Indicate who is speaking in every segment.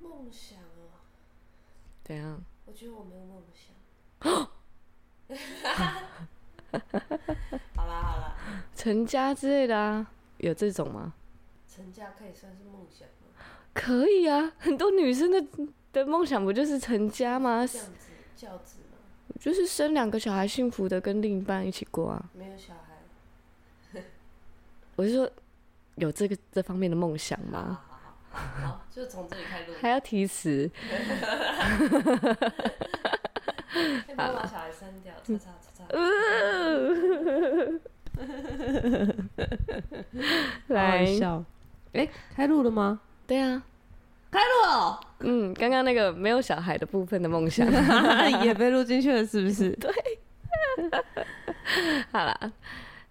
Speaker 1: 梦想啊，
Speaker 2: 怎样？
Speaker 1: 我觉得我没有梦 想。好啦好啦，
Speaker 2: 成家之类的啊，有这种吗？
Speaker 1: 成家可以算是梦想吗？
Speaker 2: 可以啊，很多女生的的梦想不就是成家吗？
Speaker 1: 这样子教子吗？
Speaker 2: 就是生两个小孩，幸福的跟另一半一起过啊。
Speaker 1: 没有小孩。
Speaker 2: 我是说，有这个这方面的梦想
Speaker 1: 好
Speaker 3: 啊
Speaker 2: 吗？
Speaker 1: 好好好，好，就从这里 开始录。
Speaker 2: 还要提词？
Speaker 1: 先帮我哎把小孩删掉，叉叉叉叉。
Speaker 3: 呃
Speaker 2: 来，
Speaker 3: 笑。哎、开录了吗？
Speaker 2: 对啊，
Speaker 1: 开录哦了，
Speaker 2: 嗯，刚刚那个没有小孩的部分的梦 想，
Speaker 3: 也被录进去了，是不 是？
Speaker 2: 好啦，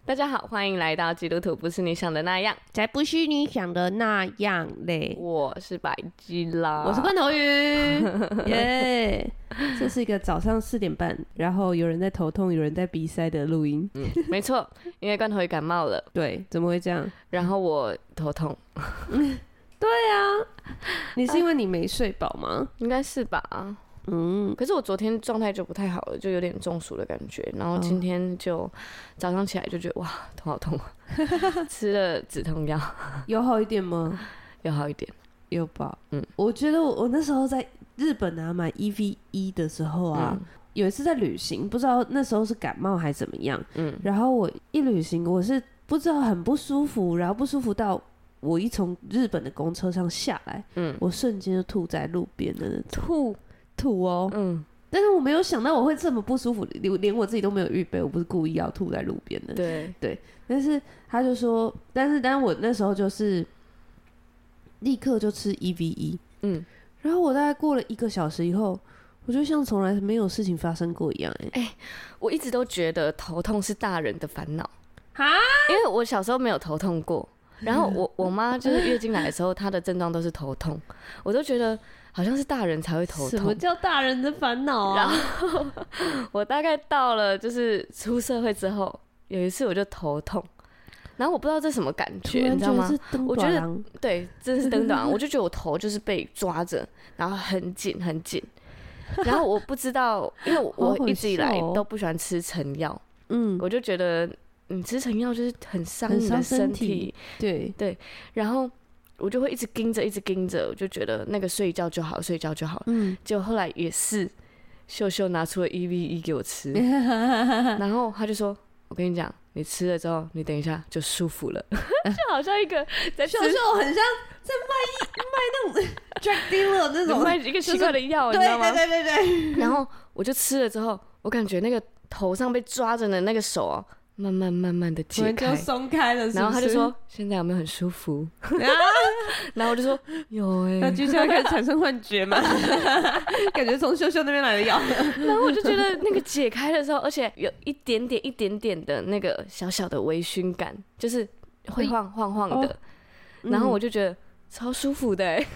Speaker 2: 大家好，欢迎来到基督徒不是你想的那样，
Speaker 3: 才不是你想的那样嘞！
Speaker 2: 我是白鸡啦，
Speaker 3: 我是罐头鱼， 耶、这是一个早上四点半，然后有人在头痛，有人在鼻塞的录音。
Speaker 2: 没错，因为罐头鱼感冒了，
Speaker 3: 对，怎么会这样？
Speaker 2: 然后我头痛，
Speaker 3: 你是因为你没睡饱吗？
Speaker 2: 应该是吧？
Speaker 3: 嗯，
Speaker 2: 可是我昨天状态就不太好了，就有点中暑的感觉，然后今天就早上起来就觉得哇，头好痛，啊 吃了止痛药
Speaker 3: 有好一点吗？
Speaker 2: 有好一点，
Speaker 3: 有吧？
Speaker 2: 嗯
Speaker 3: 嗯，我觉得我我那时候在日本啊买 EV 一的时候啊，
Speaker 2: 嗯
Speaker 3: 有一次在旅行，不知道那时候是感冒还是怎么样，
Speaker 2: 嗯
Speaker 3: 嗯，然后我一旅行，我是不知道很不舒服，然后不舒服到我一从日本的公车上下来，
Speaker 2: 嗯
Speaker 3: 嗯，我瞬间就吐在路边的那种
Speaker 2: 吐，
Speaker 3: 吐哦，
Speaker 2: 嗯，
Speaker 3: 但是我没有想到我会这么不舒服，连连我自己都没有预备，我不是故意要吐在路边的，
Speaker 2: 对，
Speaker 3: 但是他就说，但是但我那时候就是立刻就吃 E V 一，
Speaker 2: 嗯
Speaker 3: 嗯，然后我大概过了一个小时以后，我就像从来没有事情发生过一样、欸，哎、
Speaker 2: 我一直都觉得头痛是大人的烦恼
Speaker 3: 哈，
Speaker 2: 因为我小时候没有头痛过。然后我我妈就是月经来的时候，她的症状都是头痛，我都觉得好像是大人才会头
Speaker 3: 什么
Speaker 2: 痛。
Speaker 3: 叫大人的烦恼啊？
Speaker 2: 然后我大概到了就是出社会之后，有一次我就头痛，然后我不知道这什么感
Speaker 3: 突
Speaker 2: 觉，
Speaker 3: 然
Speaker 2: 你知道吗
Speaker 3: 觉得？是灯
Speaker 2: 我觉得
Speaker 3: 短郎
Speaker 2: 对，真的是灯短，我就觉得我头就是被抓着，然后很紧很紧，然后我不知道，因为我
Speaker 3: 好
Speaker 2: 我
Speaker 3: 好
Speaker 2: 一直以来
Speaker 3: 笑哦
Speaker 2: 都不喜欢吃成药，
Speaker 3: 嗯，
Speaker 2: 我就觉得你吃成药就是很伤
Speaker 3: 很
Speaker 2: 你的
Speaker 3: 伤
Speaker 2: 身
Speaker 3: 身体对，
Speaker 2: 然后我就会一直盯着，一直盯着，我就觉得那个睡一觉就好，睡一觉就好。
Speaker 3: 嗯，
Speaker 2: 结果后来也是，秀秀拿出了 E V 一给 我吃，然后他就说：“我跟你讲，你吃了之后，你等一下就舒服 了，就好像一个在吃
Speaker 3: 秀秀很像在 卖一卖那种 drug dealer 那种，
Speaker 2: 卖一个奇怪的药，
Speaker 3: 对
Speaker 2: 你知道吗？”
Speaker 3: 对哦对对对，
Speaker 2: 然后我就吃了之后，我感觉那个头上被抓着的那个手哦，慢慢慢慢的
Speaker 3: 我
Speaker 2: 解
Speaker 3: 们
Speaker 2: 开
Speaker 3: 就。松开了，
Speaker 2: 然后他
Speaker 3: 是
Speaker 2: 就
Speaker 3: 不是
Speaker 2: 说：“现在有没有很 舒服？”
Speaker 3: 啊
Speaker 2: 然后我就说：“有哎、
Speaker 3: 那接下来开始产生幻觉 吗？感觉从秀秀那边来的药。
Speaker 2: 然后我就觉得那个解开的时候，而且有一点点、一点点的那个小小的微醺感，就是会哦嗯晃晃晃的。
Speaker 3: 嗯
Speaker 2: 然后我就觉得超舒服的、欸，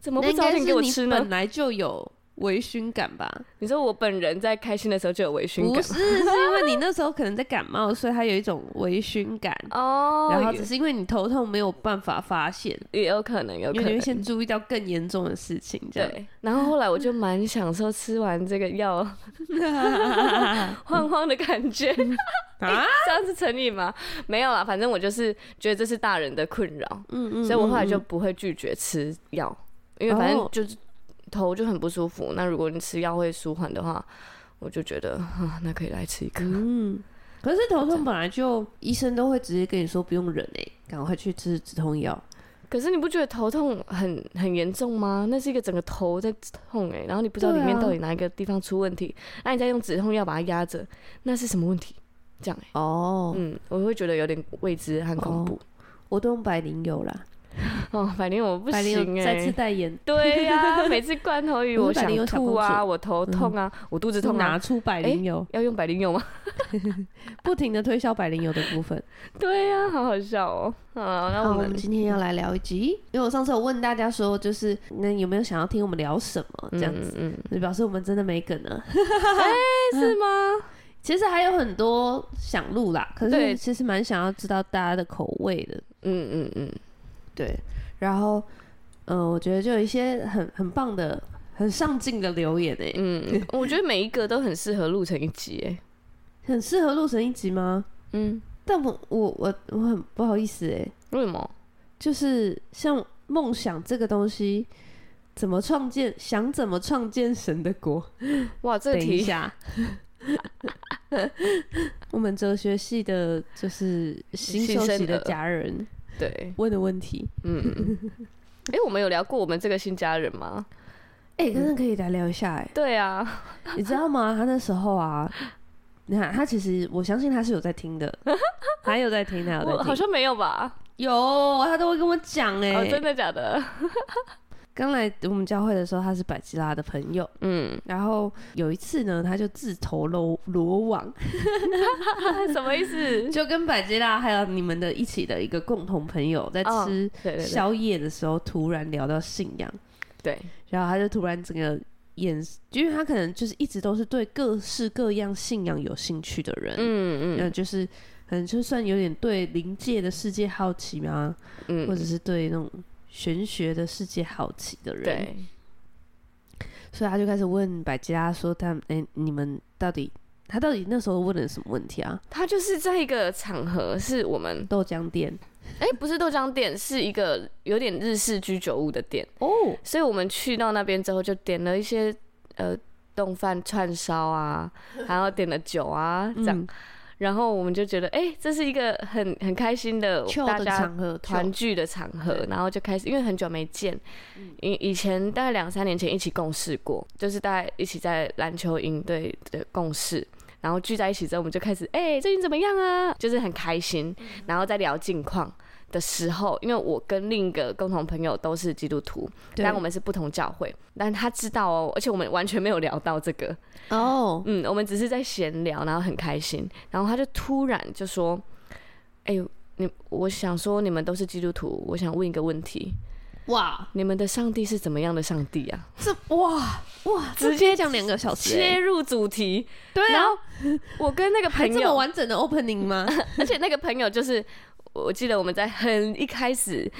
Speaker 2: 怎么不早点给我吃呢
Speaker 3: 本？来就有微醺感吧？
Speaker 2: 你说我本人在开心的时候就有微醺
Speaker 3: 不
Speaker 2: 感
Speaker 3: 是，是因为你那时候可能在感冒，所以它有一种微醺感。
Speaker 2: 哦，
Speaker 3: 然后只是因为你头痛没有办法发现，
Speaker 2: 也也有可能，有
Speaker 3: 因
Speaker 2: 可
Speaker 3: 为你
Speaker 2: 能
Speaker 3: 会。先注意到更严重的事情，这样。
Speaker 2: 对，然后后来我就蛮享受吃完这个药 晃晃的感觉，
Speaker 3: 啊，
Speaker 2: 这样是成瘾吗？没有啦，反正我就是觉得这是大人的困扰，
Speaker 3: 嗯嗯
Speaker 2: 所以我后来就不会拒绝吃药，因为反正
Speaker 3: 哦
Speaker 2: 就是头就很不舒服。那如果你吃药会舒缓的话，我就觉得啊，那可以来吃一颗。
Speaker 3: 嗯。可是头痛本来就医生都会直接跟你说不用忍哎、赶快去吃止痛药。
Speaker 2: 可是你不觉得头痛很很严重吗？那是一个整个头在痛哎、然后你不知道里
Speaker 3: 对啊
Speaker 2: 面到底哪一个地方出问题，那、你再用止痛药把它压着，那是什么问题？这样哎、
Speaker 3: 哦，
Speaker 2: 嗯，我会觉得有点未知和恐怖
Speaker 3: 我都用百灵油啦，
Speaker 2: 哦。反正我不
Speaker 3: 百灵
Speaker 2: 行
Speaker 3: 油
Speaker 2: 哎、
Speaker 3: 再次代言，
Speaker 2: 对呀、每次 罐头鱼，我
Speaker 3: 我是百
Speaker 2: 想
Speaker 3: 灵油小
Speaker 2: 吐啊，
Speaker 3: 公
Speaker 2: 我头痛啊，我肚子痛啊
Speaker 3: 拿，出百灵油，
Speaker 2: 要用百灵油吗？
Speaker 3: 不停的推销百灵油的部分。
Speaker 2: 对呀、好好笑哦。啊，
Speaker 3: 那
Speaker 2: 那我
Speaker 3: 我
Speaker 2: 们
Speaker 3: 们今天要来聊一集，因为我上次有问大家说，就是那有没有想要听我们聊什么这样子，
Speaker 2: 嗯，
Speaker 3: 就表示我们真的没梗了。
Speaker 2: 嗯是吗？
Speaker 3: 其实还有很多想录啦，可
Speaker 2: 对
Speaker 3: 是其实蛮想要知道大家的口味的，
Speaker 2: 嗯嗯嗯，
Speaker 3: 对。然后呃，我觉得就有一些很很棒的、很上进的留言欸诶、
Speaker 2: 嗯，我觉得每一个都很适合录成一集哎。
Speaker 3: 很适合录成一集吗？
Speaker 2: 嗯，
Speaker 3: 但我我我我很不好意思诶、
Speaker 2: 为什么？
Speaker 3: 就是像梦想这个东西，怎么创建？想怎么创建神的国？
Speaker 2: 哇，这
Speaker 3: 等一
Speaker 2: 题
Speaker 3: 下，我们哲学系的就是新
Speaker 2: 新
Speaker 3: 休
Speaker 2: 生
Speaker 3: 息的
Speaker 2: 儿
Speaker 3: 家人
Speaker 2: 对，
Speaker 3: 问的问题，
Speaker 2: 嗯， 哎、我们有聊过我们这个新家人吗？
Speaker 3: 哎、真的可以来聊一下哎、
Speaker 2: 对啊，
Speaker 3: 你知道吗？他那时候啊，你看他其实，我相信他是有在听 的，他有在听，他有在
Speaker 2: 我
Speaker 3: 听，
Speaker 2: 好像没有吧？
Speaker 3: 有，他都会跟我讲哎、
Speaker 2: 哦，真的假的？
Speaker 3: 刚来我们教会的时候，他是百吉拉的朋友，
Speaker 2: 嗯，
Speaker 3: 然后有一次呢，他就自投罗罗网，
Speaker 2: 什么意思？
Speaker 3: 就跟百吉拉还有你们的一起的一个共同朋友在
Speaker 2: 哦
Speaker 3: 吃
Speaker 2: 对对对
Speaker 3: 宵夜的时候，突然聊到信仰，
Speaker 2: 对，
Speaker 3: 然后他就突然整个眼，因为他可能就是一直都是对各式各样信仰有兴趣的人，
Speaker 2: 嗯
Speaker 3: 那
Speaker 2: 嗯
Speaker 3: 就是可能就算有点对灵界的世界好奇嘛，
Speaker 2: 嗯，
Speaker 3: 或者是对那种玄学的世界好奇的人，
Speaker 2: 对，
Speaker 3: 所以他就开始问百吉拉说他：“哎、你们到底他到底那时候问了什么问题啊
Speaker 2: 他就是在一个场合，是我们？”
Speaker 3: 豆浆店
Speaker 2: 哎、不是豆浆店，是一个有点日式居酒屋的店，
Speaker 3: 哦，
Speaker 2: 所以我们去到那边之后，就点了一些呃冻饭串 烧啊，然后点了酒啊，这样，
Speaker 3: 嗯
Speaker 2: 然后我们就觉得，哎、这是一个很很开心的
Speaker 3: 旧
Speaker 2: 大
Speaker 3: 嗯的
Speaker 2: 家
Speaker 3: 场合
Speaker 2: 团
Speaker 3: 旧
Speaker 2: 聚的场合
Speaker 3: 对，嗯
Speaker 2: 然后就开始，因为很久没见，以以前大概两三年前一起共事过，就是大概一起在篮球营队的共事。然后聚在一起之后，我们就开始，哎、最近怎么样啊？就是很开心，
Speaker 3: 嗯
Speaker 2: 然后在聊近况的时候，因为我跟另一个共同朋友都是基督徒，
Speaker 3: 对
Speaker 2: 但我们是不同教会，但他知道哦，而且我们完全没有聊到这个，
Speaker 3: 哦，
Speaker 2: 嗯，我们只是在闲聊，然后很开心，然后他就突然就说：“哎、呦，你我想说你们都是基督徒，我想问一个问题，
Speaker 3: 哇，
Speaker 2: 你们的上帝是怎么样的上帝啊
Speaker 3: 这哇哇，
Speaker 2: 直
Speaker 3: 直接讲两个小？”时、
Speaker 2: 切
Speaker 3: 欸，
Speaker 2: 入主题，
Speaker 3: 对
Speaker 2: 然
Speaker 3: 啊，
Speaker 2: 后我跟那个
Speaker 3: 还
Speaker 2: 朋
Speaker 3: 这么
Speaker 2: 友，
Speaker 3: 完整的 opening 吗？
Speaker 2: 而且那个朋友就是，我记得我们在很一开始。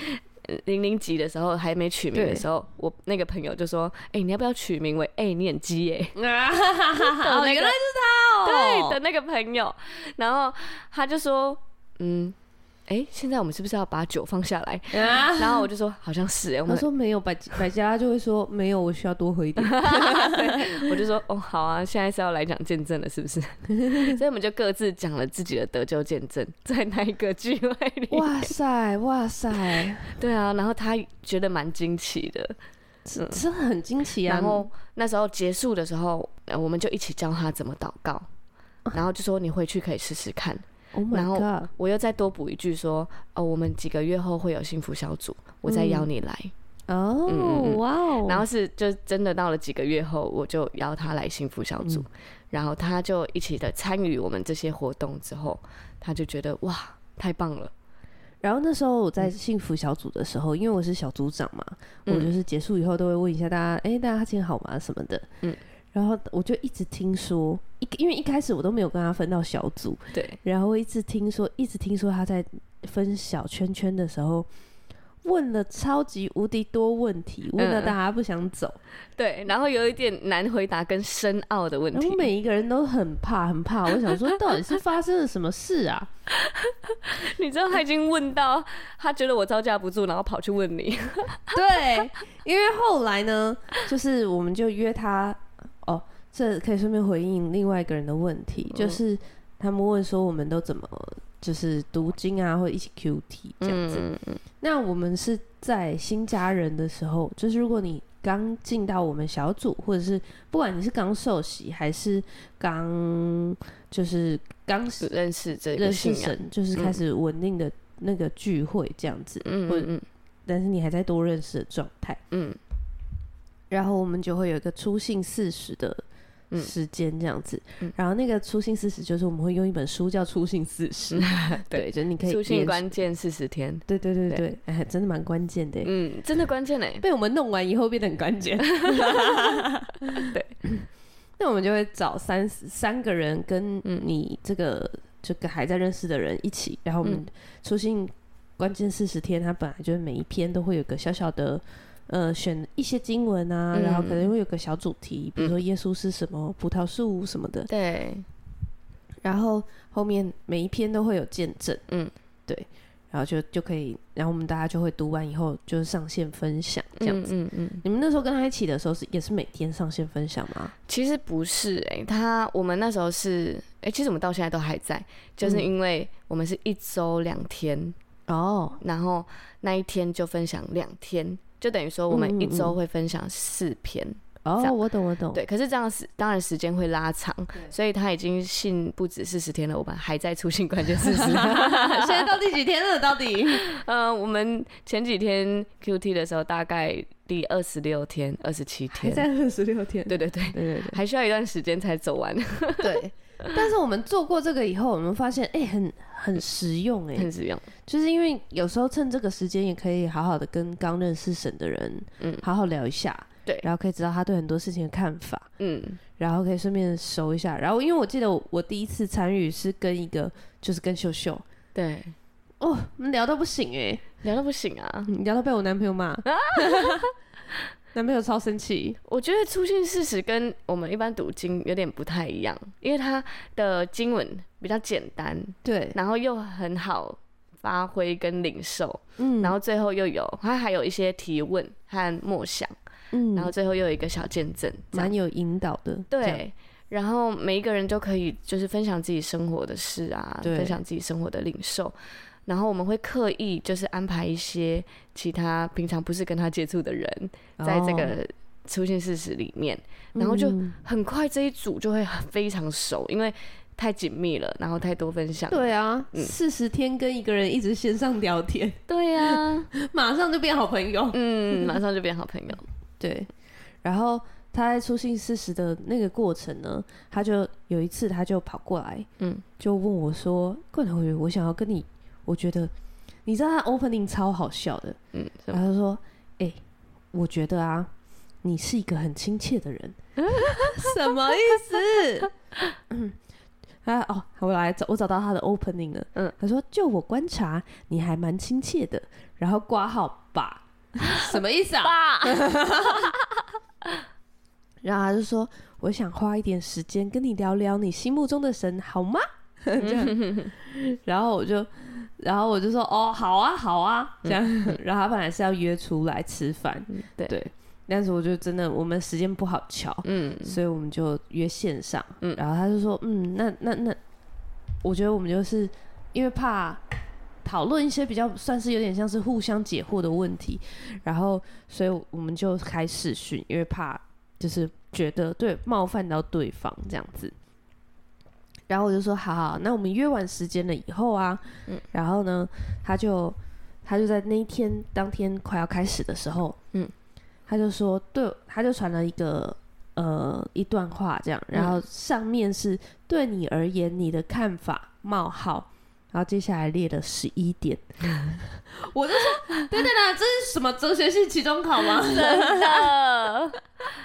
Speaker 2: 呃零零级的时候还没取名的
Speaker 3: 对
Speaker 2: 时候，我那个朋友就说：“哎、你要不要取名为‘哎、你很鸡耶’？”
Speaker 3: 啊，哈哈哈哈
Speaker 2: 那
Speaker 3: 哦
Speaker 2: 个
Speaker 3: 原来是他
Speaker 2: 对
Speaker 3: 哦，
Speaker 2: 的那个朋友，然后他就说，嗯，哎、现在我们是不是要把酒放下来？
Speaker 3: 对啊。
Speaker 2: 然后我就说，好像是哎、
Speaker 3: 他
Speaker 2: 我们，
Speaker 3: 说没有，百吉百吉拉就会说没有，我需要多喝一 点。
Speaker 2: 我就说，哦，好啊，现在是要来讲见证了，是 不是？所以我们就各自讲了自己的得救见证，在那一个聚会里。
Speaker 3: 哇塞，哇塞，
Speaker 2: 对啊，然后他觉得蛮惊奇的。
Speaker 3: 这这很惊奇啊！
Speaker 2: 然后那时候结束的时候，呃我们就一起教他怎么祷告，
Speaker 3: 啊
Speaker 2: 然后就说你回去可以试试看。
Speaker 3: ，Oh
Speaker 2: 然
Speaker 3: my
Speaker 2: 后
Speaker 3: god，
Speaker 2: 我又再多补一句说，哦，我们几个月后会有幸福小组，我再邀你来。
Speaker 3: 哦
Speaker 2: 嗯，
Speaker 3: 哇哦，
Speaker 2: 然后是就真的到了几个月后，我就邀他来幸福小组，然后他就一起的参与我们这些活动之后，他就觉得哇，太棒了，
Speaker 3: 然后那时候我在幸福小组的时候，因为我是小组长嘛，我
Speaker 2: 嗯
Speaker 3: 就是结束以后都会问一下大家，哎，大家今天好吗什么的，
Speaker 2: 嗯。
Speaker 3: 然后我就一直听说，一因为一开始我都没有跟他分到小组，
Speaker 2: 对，
Speaker 3: 然后一直听说，一直听说他在分小圈圈的时候，问了超级无敌多问题，问到
Speaker 2: 嗯
Speaker 3: 大家不想走，
Speaker 2: 对，然后有一点难回答跟深奥的问
Speaker 3: 然
Speaker 2: 题
Speaker 3: 后，每一个人都很怕，很怕。我想说，到底是发生了什么事啊？
Speaker 2: 你知道他已经问到，他觉得我招架不住，然后跑去问你，
Speaker 3: 对，因为后来呢，就是我们就约他，哦，这可以顺便回应另外一个人的问题，就是他们问说我们都怎么就是读经啊，或一起 QT 这样子。
Speaker 2: 嗯，
Speaker 3: 那我们是在新家人的时候，就是如果你刚进到我们小组，或者是不管你是刚受洗还是刚就是刚
Speaker 2: 认识这个
Speaker 3: 认识
Speaker 2: 信仰，
Speaker 3: 神，就是开始稳定的那个聚会这样子，
Speaker 2: 嗯
Speaker 3: 我
Speaker 2: 嗯
Speaker 3: 但是你还在多认识的状态，
Speaker 2: 嗯
Speaker 3: 然后我们就会有一个初信四十的。
Speaker 2: 嗯
Speaker 3: 时间这样子，
Speaker 2: 嗯，
Speaker 3: 然后那个初信四十就是我们会用一本书叫《初信四十》对，就是你可
Speaker 2: 嗯，
Speaker 3: 以
Speaker 2: 出信
Speaker 3: 连，
Speaker 2: 关键四十天，
Speaker 3: 对对对
Speaker 2: 对
Speaker 3: 对，哎，真的蛮关键的耶，
Speaker 2: 嗯，真的关键嘞，
Speaker 3: 被我们弄完以后变得很关键。
Speaker 2: 对，
Speaker 3: 那我们就会找三三个人跟你这个这个还在认识的人一起，然后我们
Speaker 2: 嗯
Speaker 3: 出信关键四十天，它本来就是每一篇都会有个小小的呃选一些经文啊，
Speaker 2: 嗯
Speaker 3: 然后可能会有个小主题，比如
Speaker 2: 嗯
Speaker 3: 说耶稣是什么，葡萄树什么的，
Speaker 2: 对，
Speaker 3: 然后后面每一篇都会有见证，
Speaker 2: 嗯，
Speaker 3: 对，然后就就可以，然后我们大家就会读完以后就是上线分享这样子。
Speaker 2: 嗯嗯嗯，
Speaker 3: 你们那时候跟他一起的时候是也是每天上线分享吗？
Speaker 2: 其实不是哎、他我们那时候是哎、其实我们到现在都还在，就是
Speaker 3: 嗯
Speaker 2: 因为我们是一周两天，
Speaker 3: 哦，
Speaker 2: 然后那一天就分享两天，就等于说我们一
Speaker 3: 嗯嗯嗯
Speaker 2: 周会分享四篇。这
Speaker 3: 哦，
Speaker 2: 样
Speaker 3: 我懂我懂，
Speaker 2: 对，可是这样时当然时间会拉长，
Speaker 1: 对
Speaker 2: 所以他已经信不止四十天了，我们还在出信关键四十。
Speaker 3: 现在到第几天了？到 底？
Speaker 2: 呃，我们前几天 QT 的时候，大概第二十六天、二十七
Speaker 3: 还
Speaker 2: 天，
Speaker 3: 在二十六天。
Speaker 2: 对对对，
Speaker 3: 对对
Speaker 2: 还需要一段时间才走完，
Speaker 3: 对对。但是我们做过这个以后，我们发现，哎、很很实用、哎
Speaker 2: 很，实用。
Speaker 3: 就是因为有时候趁这个时间，也可以好好的跟刚认识神的人，
Speaker 2: 嗯
Speaker 3: 好好聊一下，
Speaker 2: 对
Speaker 3: 然后可以知道他对很多事情的看法，
Speaker 2: 嗯，
Speaker 3: 然后可以顺便熟一下。然后，因为我记得我我第一次参与是跟一个，就是跟秀秀，
Speaker 2: 对，
Speaker 3: 哦，我们聊到不行哎、
Speaker 2: 聊到不行啊！
Speaker 3: 嗯聊到被我男朋友骂， 男朋友超生气。
Speaker 2: 我觉得出信事实跟我们一般读经有点不太一样，因为它的经文比较简单，
Speaker 3: 对，
Speaker 2: 然后又很好发挥跟领受，
Speaker 3: 嗯
Speaker 2: 然后最后又有它还有一些提问和默想，
Speaker 3: 嗯
Speaker 2: 然后最后又有一个小见证，这样
Speaker 3: 蛮有引导的，这样，
Speaker 2: 对，然后每一个人就可以就是分享自己生活的事啊，
Speaker 3: 对
Speaker 2: 分享自己生活的领受。然后我们会刻意就是安排一些其他平常不是跟他接触的人，在这
Speaker 3: 哦
Speaker 2: 个出现事实里面，然后就
Speaker 3: 嗯
Speaker 2: 很快这一组就会很非常熟，因为太紧密了，然后太多分享。
Speaker 3: 对啊，
Speaker 2: 嗯
Speaker 3: 四十天跟一个人一直线上聊天，
Speaker 2: 对呀、
Speaker 3: 马上就变好朋友。
Speaker 2: 嗯，马上就变好朋友。
Speaker 3: 对，然后他在出信四十的那个过程呢，他就有一次他就跑过来，
Speaker 2: 嗯，
Speaker 3: 就问我说：“冠头鱼，我想要跟你，我觉得你知道他 opening 超好笑的，
Speaker 2: 嗯，是
Speaker 3: 然
Speaker 2: 吧
Speaker 3: 后他说：“哎、我觉得啊，你是一个很亲切的人。” 什么意 思？嗯，啊哦，我来找我找到他的 opening 了。嗯
Speaker 2: 嗯，
Speaker 3: 他说：“就我观察，你还蛮亲切的。”然后挂号吧， 什么意思啊？
Speaker 2: 爸，
Speaker 3: 然后他就说：“我想花一点时间跟你聊聊你心目中的神，好吗？” 这样，然后我就，然后我就说：“哦，好啊，好 啊。”这样，然后他本来是要约出来吃饭，
Speaker 2: 呃嗯对，
Speaker 3: 对，但是我就真的我们时间不好瞧，
Speaker 2: 嗯，
Speaker 3: 所以我们就约线上。
Speaker 2: 嗯
Speaker 3: 然后他就说，嗯，那那那，我觉得我们就是因为怕讨论一些比较算是有点像是互相解惑的问题，然后所以我们就开视讯，因为怕就是觉得对冒犯到对方这样子。然后我就说好好，那我们约完时间了以后啊，
Speaker 2: 嗯
Speaker 3: 然后呢，他就他就在那一天当天快要开始的时候，
Speaker 2: 嗯，
Speaker 3: 他就说对，他就传了一个呃一段话这样，然
Speaker 2: 嗯
Speaker 3: 后上面是对你而言你的看法冒号，然后接下来列了十一点， 我就说等等等，这是什么哲学系期中考吗？
Speaker 2: 真的。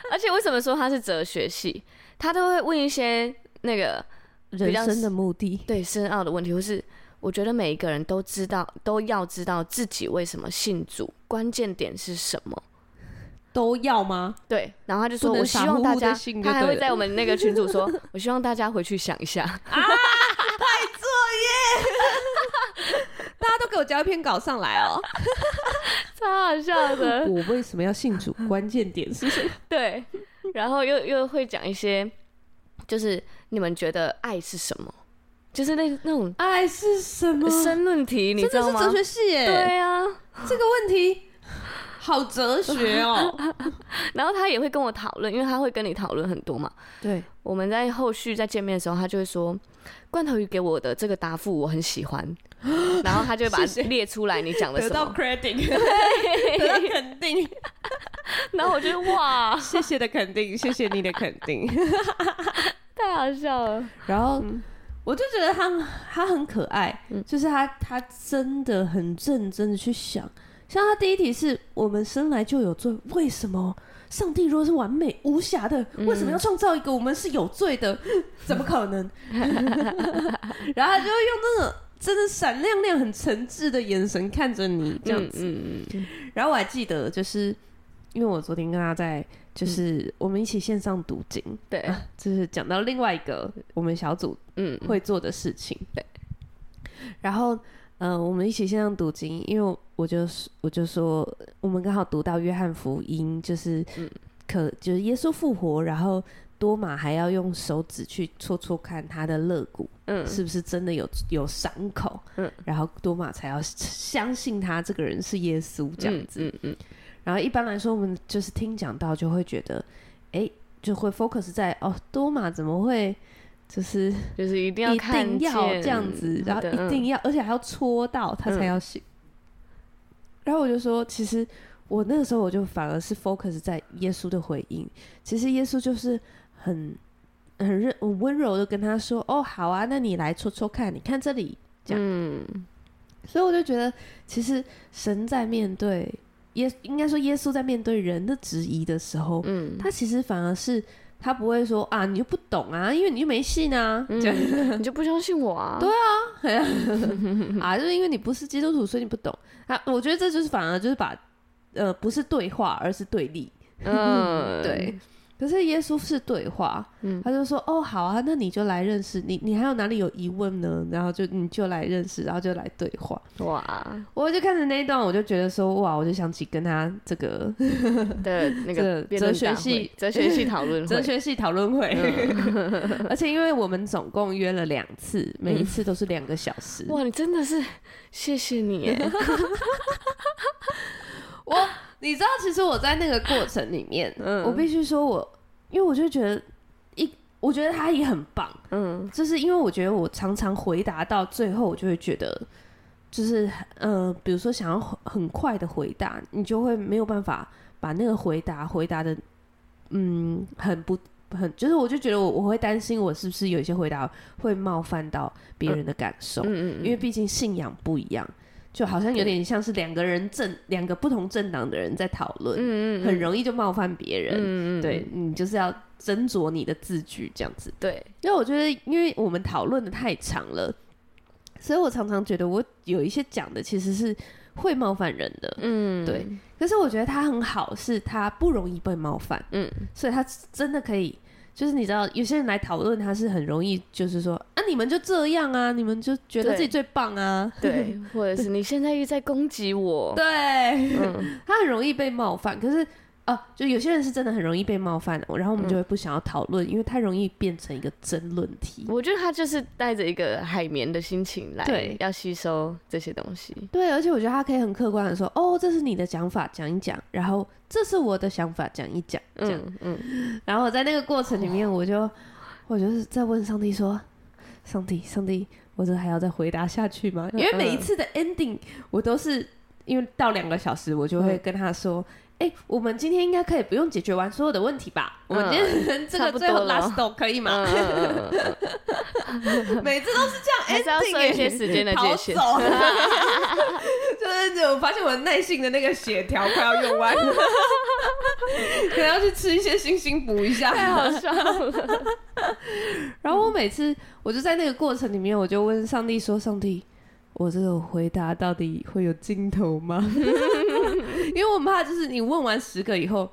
Speaker 2: 而且为什么说它是哲学系？他都会问一些那个
Speaker 3: 人
Speaker 2: 比较
Speaker 3: 生的目的，
Speaker 2: 对深奥的问题，或是我觉得每一个人都知道，都要知道自己为什么信主，关键点是什么。
Speaker 3: 都要吗？
Speaker 2: 对，然后他就说：“
Speaker 3: 不能
Speaker 2: 我希望大
Speaker 3: 傻乎乎
Speaker 2: 家
Speaker 3: 地信，就
Speaker 2: 他还
Speaker 3: 对
Speaker 2: 会
Speaker 3: 了
Speaker 2: 在我们那个群组说， 我希望大家回去想 一下。
Speaker 3: 大家都给我交一篇稿上来哦。”
Speaker 2: 超好笑的，
Speaker 3: 我为什么要信主？关键点是 什么？
Speaker 2: 对。然后又又会讲一些，就是你们觉得爱是什么，就是那那种
Speaker 3: 爱哎是什么？
Speaker 2: 申论题，你
Speaker 3: 真
Speaker 2: 知
Speaker 3: 的
Speaker 2: 道
Speaker 3: 是
Speaker 2: 吗？
Speaker 3: 哲学系耶！
Speaker 2: 对啊。
Speaker 3: 这个问题好哲学哦。
Speaker 2: 然后他也会跟我讨论，因为他会跟你讨论很多嘛。
Speaker 3: 对，
Speaker 2: 我们在后续再见面的时候，他就会说，罐头鱼给我的这个答复我很喜 欢，然后他就会把它
Speaker 3: 谢谢
Speaker 2: 列出来你讲了
Speaker 3: 得
Speaker 2: 什
Speaker 3: 到
Speaker 2: 么，
Speaker 3: credit，得 到肯定，
Speaker 2: 然后我就哇，
Speaker 3: 谢谢的肯定，谢谢你的肯定。
Speaker 2: 太好笑了，
Speaker 3: 然后我就觉得他他很可爱，就是他他真的很认真的去想。像他第一题是我们生来就有罪，为什么上帝如果是完美无瑕的，为什么要创造一个我们是有罪的？怎么可能？然后他就会用那种真的闪亮亮、很诚挚的眼神看着你，这样子。
Speaker 2: 嗯嗯
Speaker 3: 然后我还记得，就是因为我昨天跟他在就是我们一起线上读经，
Speaker 2: 对，
Speaker 3: 啊就是讲到另外一个我们小组
Speaker 2: 嗯，
Speaker 3: 会做的事情。
Speaker 2: 对。
Speaker 3: 然后，呃，我们一起线上读经，因为我就是我就说，我们刚好读到约翰福音，就是
Speaker 2: 嗯
Speaker 3: 可就是耶稣复活，然后多马还要用手指去戳戳看他的肋骨、
Speaker 2: 嗯，
Speaker 3: 是不是真的有有伤口，
Speaker 2: 嗯
Speaker 3: 然后多马才要相信他这个人是耶稣这样子。
Speaker 2: 嗯嗯
Speaker 3: 然后一般来说，我们就是听讲到就会觉得，哎，就会 focus 在哦，多马怎么会就是
Speaker 2: 嗯，就是一定要
Speaker 3: 一
Speaker 2: 看嗯
Speaker 3: 定要这样子，然后一定
Speaker 2: 要
Speaker 3: 要，而且还要戳到他才
Speaker 2: 嗯
Speaker 3: 要信。然后我就说，其实我那个时候我就反而是 focus 在耶稣的回应。其实耶稣就是很很热很温柔的跟他说：“哦，好啊，那你来戳戳看，你看这里。这样
Speaker 2: 嗯”
Speaker 3: 所以我就觉得，其实神在面对耶，应该说耶稣在面对人的质疑的时候，
Speaker 2: 嗯，
Speaker 3: 他其实反而是他不会说啊，你就不懂啊，因为你就没信啊，这样。
Speaker 2: 嗯你就不相信我啊？对，
Speaker 3: 啊，就是因为你不是基督徒，所以你不懂啊。我觉得这就是反而就是把呃不是对话，而是对立。
Speaker 2: 嗯，
Speaker 3: 对，可是耶稣是对话，
Speaker 2: 嗯
Speaker 3: 他就说哦好啊，那你就来认识你，你还有哪里有疑问呢？然后就你就来认识，然后就来对话。
Speaker 2: 哇，
Speaker 3: 我就看着那一段，我就觉得说哇，我就想起跟他这个
Speaker 2: 的那
Speaker 3: 这
Speaker 2: 个辩
Speaker 3: 哲
Speaker 2: 论
Speaker 3: 学
Speaker 2: 大会
Speaker 3: 系
Speaker 2: 哲学系讨论 会，
Speaker 3: 哲学系讨论会，
Speaker 2: 嗯
Speaker 3: 而且因为我们总共约了两次，每一次都是两个小时。
Speaker 2: 哇，你真的是谢谢你 耶，
Speaker 3: 你知道，其实我在那个过程里面，
Speaker 2: 嗯
Speaker 3: 我必须说我，因为我就觉得一，我觉得他也很棒，
Speaker 2: 嗯
Speaker 3: 就是因为我觉得我常常回答到最后，我就会觉得，就是呃，比如说想要很很快的回答，你就会没有办法把那个回答回答的，嗯，很不。很就是，我就觉得我我会担心，我是不是有一些回答会冒犯到别人的感受？
Speaker 2: 嗯嗯，
Speaker 3: 因为毕竟信仰不一样，就好像有点像是两个人政两个不同政党的人在讨论，
Speaker 2: 嗯嗯嗯
Speaker 3: 很容易就冒犯别人。
Speaker 2: 嗯嗯
Speaker 3: 对你就是要斟酌你的字句这样子。
Speaker 2: 对，
Speaker 3: 因为我觉得，因为我们讨论的太长了，所以我常常觉得我有一些讲的其实是会冒犯人的。
Speaker 2: 嗯
Speaker 3: 对，可是我觉得他很好，是他不容易被冒犯，
Speaker 2: 嗯
Speaker 3: 所以他真的可以。就是你知道，有些人来讨论，他是很容易，就是说啊，你们就这样啊，你们就觉得
Speaker 2: 对
Speaker 3: 自己最棒啊，
Speaker 2: 对，或者是你现在又在攻击我，
Speaker 3: 对，
Speaker 2: 嗯
Speaker 3: 他很容易被冒犯。可是啊，就有些人是真的很容易被冒犯的，然后我们就会不想要讨论，因为太容易变成一个争论题。
Speaker 2: 我觉得他就是带着一个海绵的心情来
Speaker 3: 对，
Speaker 2: 要吸收这些东西，
Speaker 3: 对，而且我觉得他可以很客观的说，哦，这是你的想法，讲一讲；然后这是我的想法，讲一讲。这样，
Speaker 2: 嗯嗯，
Speaker 3: 然后我在那个过程里
Speaker 2: 哦
Speaker 3: 面，我就我就是在问上帝说：“上帝，上帝，我这还要再回答下去吗？”因
Speaker 2: 嗯
Speaker 3: 为每一次的 ending，我都是因为到两个小时，我就会
Speaker 2: 嗯
Speaker 3: 跟他说：“哎、我们今天应该可以不用解决完所有的问题吧？我们今天这
Speaker 2: 嗯差
Speaker 3: 个
Speaker 2: 不
Speaker 3: 最后
Speaker 2: 多了
Speaker 3: last talk 可以吗？”
Speaker 2: 嗯嗯嗯
Speaker 3: 每次都是这
Speaker 2: 还
Speaker 3: 样 ending，欸
Speaker 2: 是要设一些时间的界限
Speaker 3: 逃走 就是我发现我耐性的那个血条快要用完了， 可能要去吃一些星星补一下。
Speaker 2: 太好笑了，
Speaker 3: 然后我每次我就在那个过程里面，我就问上帝说：“上帝，我这个回答到底会有尽头吗？” 因为我很怕就是你问完十个以后，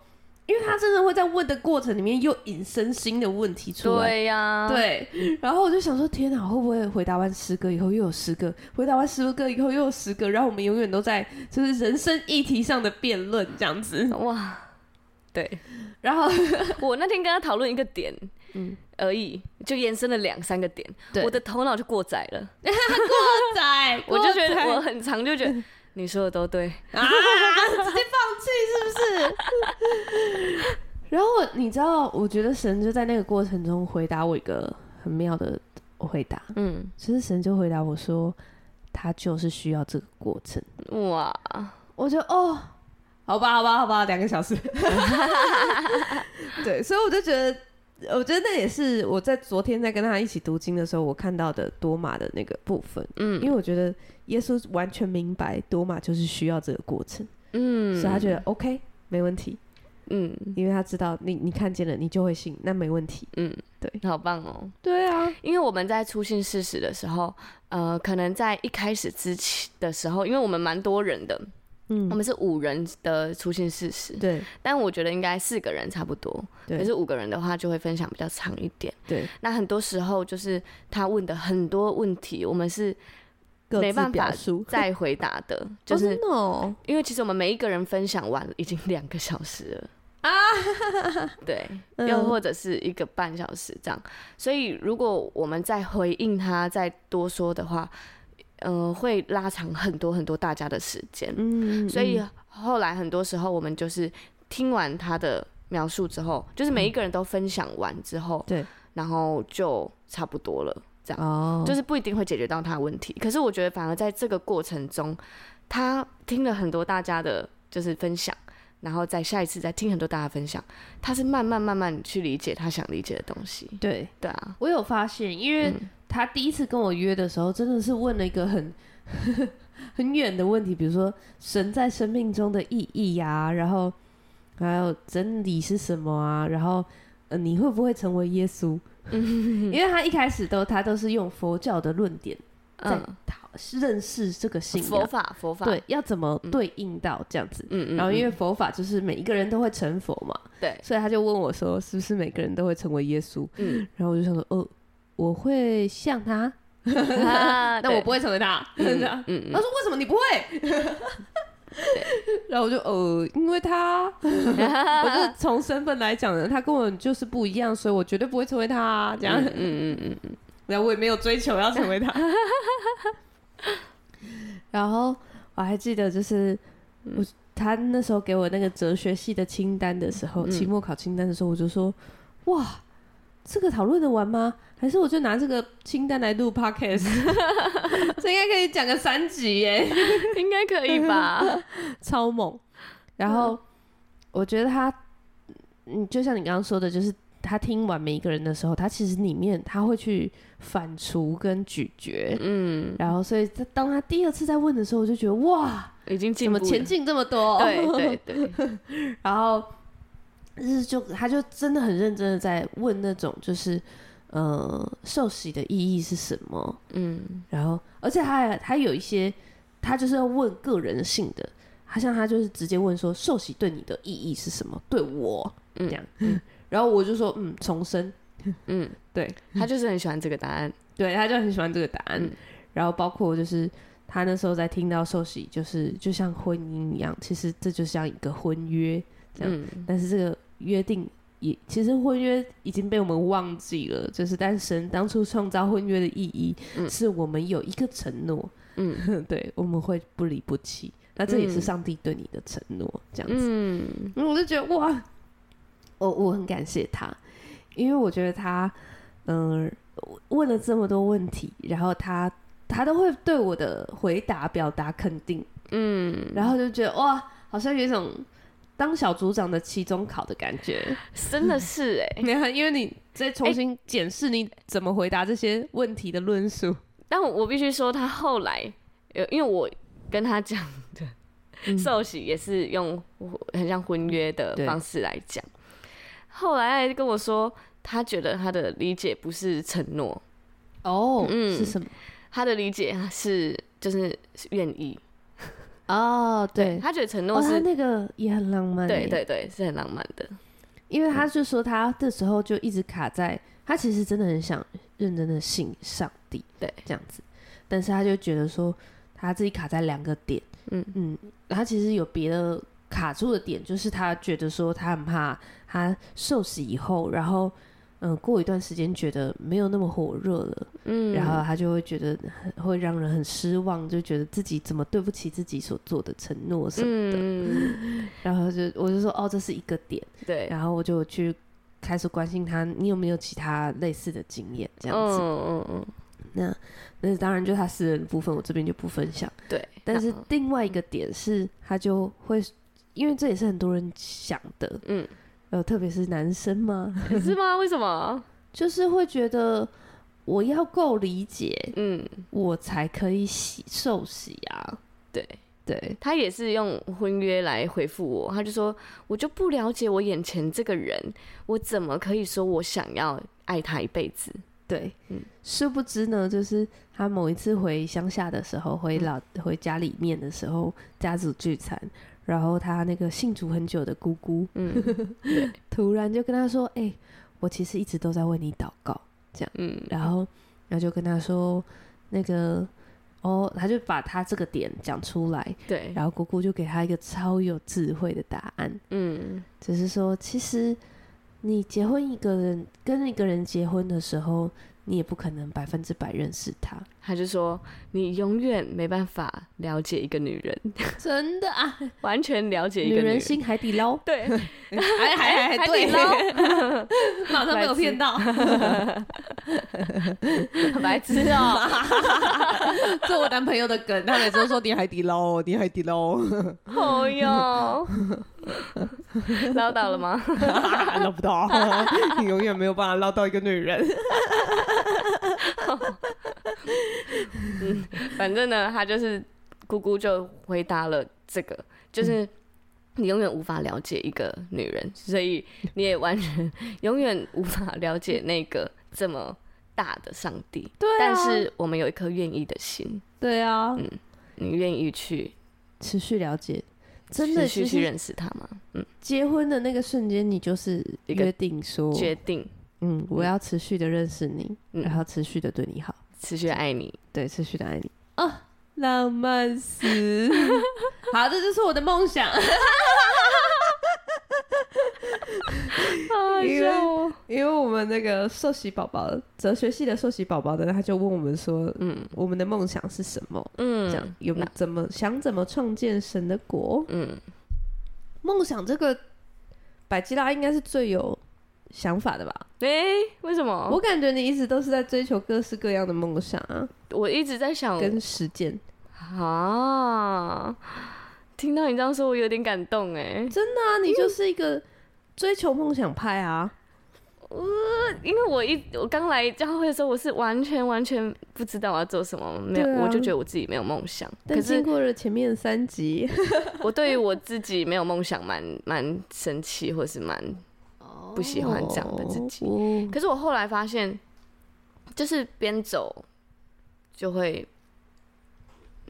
Speaker 3: 因为他真的会在问的过程里面又引申新的问题 出来。
Speaker 2: 对啊呀，，
Speaker 3: 对，然后我就想说，天啊哪，会不会回答完十个以后又有十个，回答完十个以后又有十个，然后我们永远都在就是人生议题上的辩论这样子。
Speaker 2: 哇，对。
Speaker 3: 然后
Speaker 2: 我那天跟他讨论一个点，嗯
Speaker 3: 嗯，
Speaker 2: 而已，就延伸了两三个点，
Speaker 3: 对
Speaker 2: 我的头脑就过载了，
Speaker 3: 仔，
Speaker 2: 我就觉
Speaker 3: 过
Speaker 2: 得
Speaker 3: 载
Speaker 2: 我很常就觉得你说的都对，
Speaker 3: 啊，直接放弃是不是？然后我你知道，我觉得神就在那个过程中回答我一个很妙的回答，
Speaker 2: 嗯，
Speaker 3: 其实神就回答我说，他就是需要这个过程。
Speaker 2: 哇，
Speaker 3: 我就哦，好吧，好吧，好吧，两个小时。对，所以我就觉得，我觉得那也是我在昨天在跟他一起读经的时候，我看到的多马的那个部分，因
Speaker 2: 嗯
Speaker 3: 为我觉得耶稣完全明白多马就是需要这个过程。
Speaker 2: 嗯，
Speaker 3: 所以他啊觉得 OK 没问题，
Speaker 2: 嗯
Speaker 3: 因为他知道你你看见了，你就会信，那没问题。
Speaker 2: 嗯，
Speaker 3: 对，
Speaker 2: 好棒哦，
Speaker 3: 对啊，
Speaker 2: 因为我们在出现事实的时候，呃，可能在一开始之前的时候，因为我们蛮多人的，
Speaker 3: 嗯
Speaker 2: 我们是五人的出现事实，
Speaker 3: 对
Speaker 2: 但我觉得应该四个人差不多。
Speaker 3: 对
Speaker 2: 可是五个人的话就会分享比较长一点。
Speaker 3: 对，
Speaker 2: 那很多时候就是他问的很多问题，我们是
Speaker 3: 各
Speaker 2: 没
Speaker 3: 自
Speaker 2: 办法
Speaker 3: 表述，
Speaker 2: 再回答的，就
Speaker 3: 哦
Speaker 2: 是
Speaker 3: 真的哦
Speaker 2: 因为其实我们每一个人分享完已经两个小时了啊，对，
Speaker 3: 嗯
Speaker 2: 又或者是一个半小时这样，所以如果我们再回应他再多说的话，嗯，会拉长很多很多大家的时间，
Speaker 3: 嗯，
Speaker 2: 所以
Speaker 3: 嗯
Speaker 2: 后来很多时候我们就是听完他的描述之后，就是每一个人都分享完之后，
Speaker 3: 对，
Speaker 2: 然后就差不多了。
Speaker 3: 哦，
Speaker 2: 就是不一定会解决到他的问题。可是我觉得，反而在这个过程中，他听了很多大家的，就是分享，然后在下一次再听很多大家的分享，他是慢慢慢慢去理解他想理解的东西。
Speaker 3: 对
Speaker 2: 对啊，
Speaker 3: 我有发现，因为
Speaker 2: 嗯
Speaker 3: 他第一次跟我约的时候，真的是问了一个很 很远的问题，比如说神在生命中的意义呀、然后还有真理是什么啊，然后、呃、你会不会成为耶稣？ 因为他一开始都他都是用佛教的论点在
Speaker 2: 嗯，
Speaker 3: 讨认识这个信
Speaker 2: 佛
Speaker 3: 仰，
Speaker 2: 法，佛法，
Speaker 3: 对，要怎么对应到这样子。
Speaker 2: 嗯，嗯嗯，
Speaker 3: 然后因为佛法就是每一个人都会成佛嘛，
Speaker 2: 对，
Speaker 3: 所以他就问我说，是不是每个人都会成为耶稣？
Speaker 2: 嗯，
Speaker 3: 然后我就想说，哦，我会像他，
Speaker 2: 那
Speaker 3: 但我不会成为他。这样
Speaker 2: 嗯
Speaker 3: 他说为什么你不会？然后我就呃，因为他， 我是从身份来讲呢，他跟我就是不一样，所以我绝对不会成为他啊这样。
Speaker 2: 嗯嗯嗯，
Speaker 3: 然后我也没有追求要成为他。 然后我还记得，就是我他那时候给我那个哲学系的清单的时候，
Speaker 2: 嗯
Speaker 3: 期末考清单的时候，我就说：“哇，这个讨论的完吗？还是我就拿这个清单来录 podcast？这应该可以讲个三集耶，
Speaker 2: 应该可以 吧？
Speaker 3: 超猛！”然
Speaker 2: 嗯
Speaker 3: 后我觉得他，嗯，就像你刚刚说的，就是。他听完每一个人的时候，他其实里面他会去反刍跟咀嚼，
Speaker 2: 嗯，
Speaker 3: 然后，所以他当他第二次再问的时候，我就觉得哇，
Speaker 2: 已经
Speaker 3: 怎
Speaker 2: 进
Speaker 3: 么
Speaker 2: 步了，
Speaker 3: 前进这么多？
Speaker 2: 对对对，
Speaker 3: 然后，就是就他就真的很认真的在问那种就是，呃，受洗的意义是什么？
Speaker 2: 嗯
Speaker 3: 然后，而且他还他有一些，他就是要问个人性的，他像他就是直接问说，受洗对你的意义是什么？对我这
Speaker 2: 嗯
Speaker 3: 样，然后我就说，嗯，重生。
Speaker 2: 嗯，
Speaker 3: 对，
Speaker 2: 他就是很喜欢这个答案，
Speaker 3: 对，他就很喜欢这个答案。
Speaker 2: 嗯
Speaker 3: 然后包括就是他那时候在听到受洗，就是就像婚姻一样，其实这就像一个婚约，这样
Speaker 2: 嗯
Speaker 3: 但是这个约定也其实婚约已经被我们忘记了，就是但神当初创造婚约的意义，
Speaker 2: 嗯
Speaker 3: 是我们有一个承诺，
Speaker 2: 嗯
Speaker 3: 对，我们会不离不弃。那这也是
Speaker 2: 嗯
Speaker 3: 上帝对你的承诺，这样子。
Speaker 2: 嗯
Speaker 3: 嗯，我就觉得哇，我我很感谢他，因为我觉得他，嗯、问了这么多问题，然后他他都会对我的回答表达肯定，
Speaker 2: 嗯，
Speaker 3: 然后就觉得哇，好像有一种当小组长的期中考的感觉，
Speaker 2: 真的是哎、
Speaker 3: 你看，因为你再重新检视你怎么回答这些问题的论述，
Speaker 2: 但我必须说，他后来，呃，因为我跟他讲的受洗也是用很像婚约的
Speaker 3: 嗯对
Speaker 2: 方式来讲，后来他跟我说，他觉得他的理解不是承诺，
Speaker 3: 哦，
Speaker 2: 嗯
Speaker 3: 是什么？
Speaker 2: 他的理解是就是是愿意，
Speaker 3: 哦，对，
Speaker 2: 他觉得承
Speaker 3: 哦，
Speaker 2: 诺是、
Speaker 3: 他那个也很浪漫，
Speaker 2: 对。对对是很浪漫的，
Speaker 3: 因为他
Speaker 2: 嗯
Speaker 3: 就说他的时候就一直卡在，他其实真的很想认真的信上帝，
Speaker 2: 对，
Speaker 3: 这样子，但是他就觉得说他自己卡在两个点，
Speaker 2: 嗯
Speaker 3: 嗯，他其实有别的卡住的点，就是他觉得说他很怕他受洗以后，然后嗯过一段时间觉得没有那么火热了，
Speaker 2: 嗯，
Speaker 3: 然后他就会觉得很会让人很失望，就觉得自己怎么对不起自己所做的承诺什么，
Speaker 2: 嗯
Speaker 3: 然后就我就说哦这是一个点。
Speaker 2: 对，
Speaker 3: 然后我就去开始关心他，你有没有其他类似的经验？ 这样子，
Speaker 2: 嗯嗯嗯，
Speaker 3: 那那当然就他私人的部分，我这边就不分享。
Speaker 2: 对，
Speaker 3: 但是
Speaker 2: 然后
Speaker 3: 另外一个点是，他就会，因为这也是很多人想的，
Speaker 2: 嗯
Speaker 3: 呃，特别是男生嘛，
Speaker 2: 是吗？为什么？
Speaker 3: 就是会觉得我要够理解，
Speaker 2: 嗯，
Speaker 3: 我才可以洗受洗啊。
Speaker 2: 对。
Speaker 3: 对，
Speaker 2: 他也是用婚约来回复我，他就说：“我就不了解我眼前这个人，我怎么可以说我想要爱他一辈子？
Speaker 3: 对，
Speaker 2: 嗯
Speaker 3: 殊不知呢，就是他某一次回乡下的时候，回
Speaker 2: 嗯
Speaker 3: 老、回家里面的时候，家族聚餐，然后他那个信主很久的姑姑
Speaker 2: 嗯
Speaker 3: 突然就跟他说：“哎、我其实一直都在为你祷告。”
Speaker 2: 嗯，
Speaker 3: 然后，然后就跟他说：“那个，哦，他就把他这个点讲出来，
Speaker 2: 对，
Speaker 3: 然后姑姑就给他一个超有智慧的答案。”
Speaker 2: 嗯
Speaker 3: 只是说，其实你结婚一个人跟一个人结婚的时候，你也不可能百分之百认识他，
Speaker 2: 他就说你永远没办法了解一个女人，
Speaker 3: 真的啊，
Speaker 2: 完全了解一
Speaker 3: 女
Speaker 2: 个，
Speaker 3: 人心哎海底捞
Speaker 2: 对，
Speaker 3: 还还
Speaker 2: 海底 捞，
Speaker 3: 马
Speaker 2: 上被我骗
Speaker 3: 到，
Speaker 2: 白痴哦、
Speaker 3: 这我男朋友的梗，他每次都说你海底捞，你海底捞，
Speaker 2: 哦哟， 唠叨了吗？
Speaker 3: 捞不到， 你永远没有办法捞到一个女人。
Speaker 2: 反正呢，他就是姑姑就回答了这个，就是你永远无法了解一个女人，所以你也完全永远无法了解那个这么大的上帝。
Speaker 3: 对啊
Speaker 2: 但是我们有一颗愿意的心，
Speaker 3: 对啊，
Speaker 2: 你愿意去
Speaker 3: 持续了解，真的
Speaker 2: 持续
Speaker 3: 其
Speaker 2: 去
Speaker 3: 实
Speaker 2: 认识他吗？嗯，
Speaker 3: 结婚的那个瞬间，你就是
Speaker 2: 一个
Speaker 3: 约定说，
Speaker 2: 决定
Speaker 3: 嗯，我要持续的认识你，
Speaker 2: 嗯
Speaker 3: 然后持续的对你好，
Speaker 2: 持续爱你。
Speaker 3: 对，持续的爱你啊，浪漫死！ 好，这就是我的梦想，
Speaker 2: 啊
Speaker 3: 因为笑哦因为我们那个寿喜宝宝哲学系的寿喜宝宝呢，他就问我们说，
Speaker 2: 嗯
Speaker 3: 我们的梦想是什么？这
Speaker 2: 嗯
Speaker 3: 样有没有怎么想怎么创建神的国？
Speaker 2: 嗯，
Speaker 3: 梦想这个，百基拉应该是最有想法的吧？
Speaker 2: 哎、为什么？
Speaker 3: 我感觉你一直都是在追求各式各样的梦想啊，
Speaker 2: 我我一直在想，
Speaker 3: 跟实践。
Speaker 2: 啊，听到你这样说，我有点感动哎，
Speaker 3: 那你就是一个追求梦想派啊！
Speaker 2: 呃因为我一我刚来教会的时候，我是完全完全不知道我要做什么，没有，
Speaker 3: 对啊
Speaker 2: 我就觉得我自己没有梦想。可
Speaker 3: 但经
Speaker 2: 是
Speaker 3: 过了前面三集，
Speaker 2: 我对于我自己没有梦想，蛮蛮生气，或是蛮……不喜欢这样的自己
Speaker 3: 哦
Speaker 2: 可是我后来发现，就是边走就会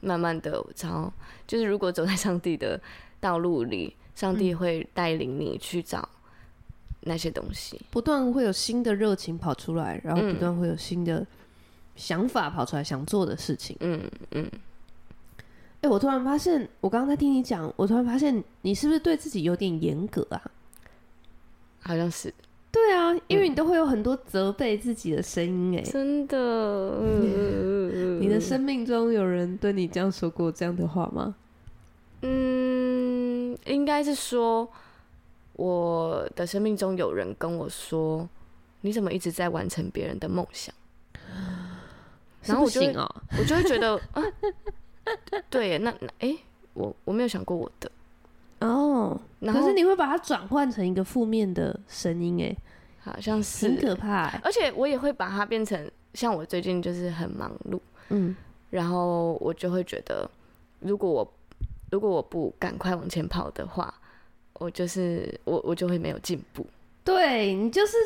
Speaker 2: 慢慢的朝，就是如果走在上帝的道路里，上
Speaker 3: 嗯
Speaker 2: 帝会带领你去找那些东西。
Speaker 3: 不断会有新的热情跑出来，然后
Speaker 2: 嗯
Speaker 3: 不断会有新的想法跑出来，想做的事情。
Speaker 2: 嗯嗯。
Speaker 3: 哎、我突然发现，我刚刚在听你讲，我突然发现你是不是对自己有点严格啊？
Speaker 2: 好像是
Speaker 3: 对啊，因为你都会有很多责备自己的声音、哎、
Speaker 2: 嗯真的。嗯
Speaker 3: 你的生命中有人对你这样说过这样的话吗？
Speaker 2: 嗯，应该是说我的生命中有人跟我说，你怎么一直在完成别人的梦想？然后我
Speaker 3: 是
Speaker 2: 就
Speaker 3: 不
Speaker 2: 会
Speaker 3: 行哦、
Speaker 2: 我就会 觉得啊，对耶，那哎、诶我我没有想过我的。
Speaker 3: 哦，
Speaker 2: 然
Speaker 3: 可
Speaker 2: 后
Speaker 3: 是你会把它转换成一个负面的声音，哎，
Speaker 2: 好像
Speaker 3: 很
Speaker 2: 是，
Speaker 3: 可怕、欸。
Speaker 2: 而且我也会把它变成像我最近就是很忙碌，
Speaker 3: 嗯，
Speaker 2: 然后我就会觉得，如果我如果我不赶快往前跑的话，我就是我我就会没有进步。
Speaker 3: 对你就是，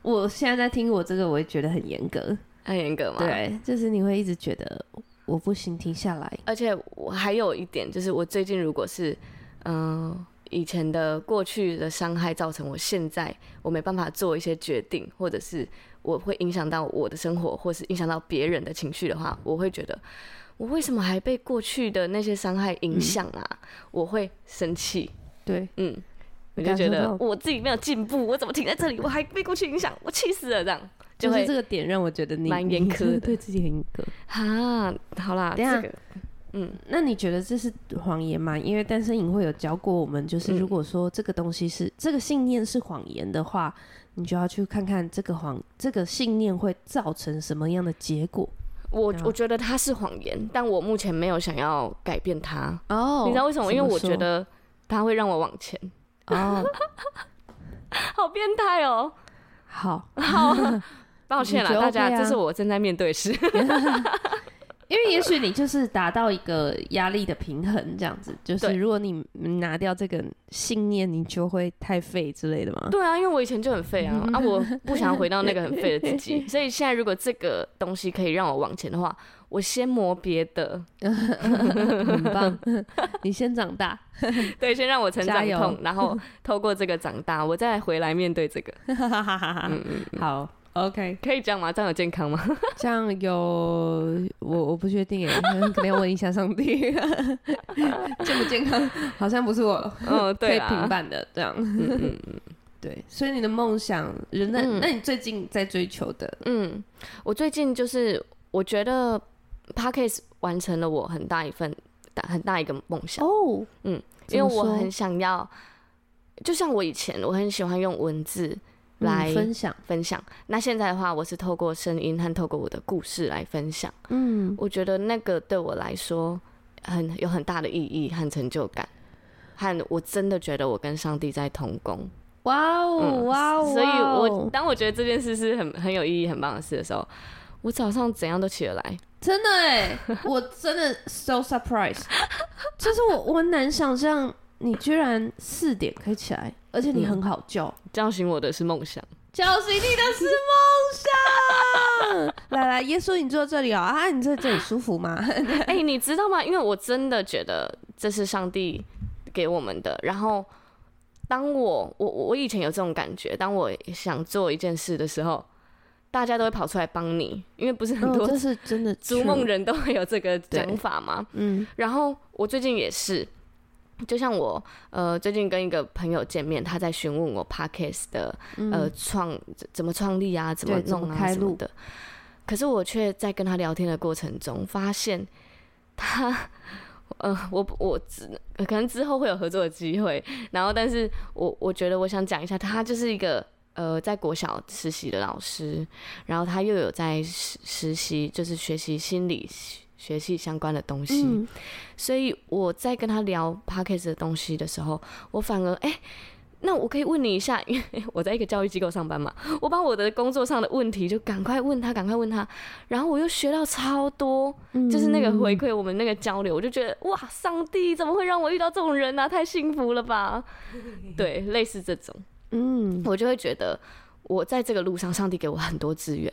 Speaker 3: 我现在在听我这个，我也觉得很严格。
Speaker 2: 很严格嘛。，
Speaker 3: 对，就是你会一直觉得我不行，停下来。
Speaker 2: 而且我还有一点就是，我最近如果是嗯、呃以前的过去的伤害造成我现在我没办法做一些决定，或者是我会影响到我的生活，或是影响到别人的情绪的话，我会觉得。我为什么还被过去的那些伤害
Speaker 3: 嗯
Speaker 2: 影响啊？我会生气，
Speaker 3: 对，
Speaker 2: 嗯，我就
Speaker 3: 感
Speaker 2: 觉
Speaker 3: 受
Speaker 2: 得
Speaker 3: 到
Speaker 2: 我自己没有进步，我怎么停在这里？我还被过去影响，我气死了！这样就
Speaker 3: 就
Speaker 2: 会
Speaker 3: 是这个点让我觉得你
Speaker 2: 蛮严苛的
Speaker 3: 你是对自己很严格。
Speaker 2: 哈，好啦，
Speaker 3: 等一下
Speaker 2: 这个嗯
Speaker 3: 那你觉得这是谎言吗？因为单身营会有教过我们，就是
Speaker 2: 嗯
Speaker 3: 如果说这个东西是、这个信念是谎言的话，你就要去看看这个谎这个信念会造成什么样的结果。
Speaker 2: 我
Speaker 3: 然后
Speaker 2: 我觉得它是谎言，但我目前没有想要改变它。
Speaker 3: 哦
Speaker 2: 你知道为什么？因为我
Speaker 3: 说
Speaker 2: 觉得它会让我往前，
Speaker 3: 哦，
Speaker 2: 好变态哦！
Speaker 3: 好，
Speaker 2: 抱歉啦，
Speaker 3: 你觉得
Speaker 2: 大家，
Speaker 3: OK 啊
Speaker 2: 这是我正在面对的事。
Speaker 3: 因为也许你就是达到一个压力的平衡，这样子。就是
Speaker 2: 对
Speaker 3: 如果你拿掉这个信念，你就会太废之类的嘛。
Speaker 2: 对啊，因为我以前就很废
Speaker 3: 嗯
Speaker 2: 啊，啊，我不想回到那个很废的 自己，所以现在如果这个东西可以让我往前的话，我先磨别的，
Speaker 3: 很棒， 你先长大。
Speaker 2: 对，先让我成
Speaker 3: 加
Speaker 2: 长
Speaker 3: 油
Speaker 2: 痛，然后透过这个长大，我再回来面对这个，
Speaker 3: 啊
Speaker 2: 嗯
Speaker 3: 好，OK，
Speaker 2: 可以这样吗？这样有健康吗？
Speaker 3: 这样有我我不确定哎， 可能要问一下上帝， 健不健康好像不是我
Speaker 2: 嗯，
Speaker 3: 可以
Speaker 2: 对嗯
Speaker 3: 平
Speaker 2: 啊，
Speaker 3: 板的这样。对，所以你的梦想，人那、那你最近在追求的，
Speaker 2: 嗯，我最近就是我觉得 p a c k a s e 完成了我很大一份大很大一个梦想。
Speaker 3: 哦，
Speaker 2: 嗯，
Speaker 3: 怎
Speaker 2: 因为
Speaker 3: 么
Speaker 2: 我
Speaker 3: 说，
Speaker 2: 很想要，就像我以前我很喜欢用文字
Speaker 3: 嗯
Speaker 2: 来
Speaker 3: 分享，
Speaker 2: 分享，那现在的话，我是透过声音和透过我的故事来分享。
Speaker 3: 嗯，
Speaker 2: 我觉得那个对我来说很有很大的意义和成就感，和我真的觉得我跟上帝在同工。
Speaker 3: 哇哦
Speaker 2: 嗯
Speaker 3: 哇哦，
Speaker 2: 所以
Speaker 3: 哇
Speaker 2: 我
Speaker 3: 哦
Speaker 2: 当我觉得这件事是很很有意义、很棒的事的时候，我早上怎样都起得来。
Speaker 3: 真的哎，我真的 so surprised，就是我我很难想象你居然四点可以起来，而且你
Speaker 2: 嗯
Speaker 3: 很好叫，
Speaker 2: 叫醒我的是梦想，
Speaker 3: 叫醒你的是梦想。来来，耶稣，你坐这里哦啊，你在这里舒服吗？
Speaker 2: 哎、你知道吗？因为我真的觉得这是上帝给我们的。然后，当我我我以前有这种感觉，当我想做一件事的时候，大家都会跑出来帮你，因为不哦是很
Speaker 3: 嗯，
Speaker 2: 多
Speaker 3: 这是真的，
Speaker 2: 逐梦，人都会有这个讲法嘛。
Speaker 3: 嗯
Speaker 2: 然后我最近也是，就像我呃最近跟一个朋友见面，他在询问我 podcast 的呃
Speaker 3: 嗯，
Speaker 2: 创怎么创立啊，怎么
Speaker 3: 对怎么
Speaker 2: 弄啊
Speaker 3: 开
Speaker 2: 什么
Speaker 3: 路
Speaker 2: 的。可是我却在跟他聊天的过程中，发现他，呃，我我只呃可能之后会有合作的机会，然后但是我我觉得我想讲一下，他就是一个呃在国小实习的老师，然后他又有在实实习，就是学习心理学学习相关的东西，
Speaker 3: 嗯
Speaker 2: 所以我在跟他聊 p a c k a g e 的东西的时候，我反而哎、那我可以问你一下， 因为我在一个教育机构上班嘛，我把我的工作上的问题就赶快问他，赶快问他，然后我又学到超多，就是那个回馈我们那个交流，我就觉得哇，上帝怎么会让我遇到这种人啊？太幸福了吧？对，类似这种，
Speaker 3: 嗯，
Speaker 2: 我就会觉得我在这个路上，上帝给我很多资源。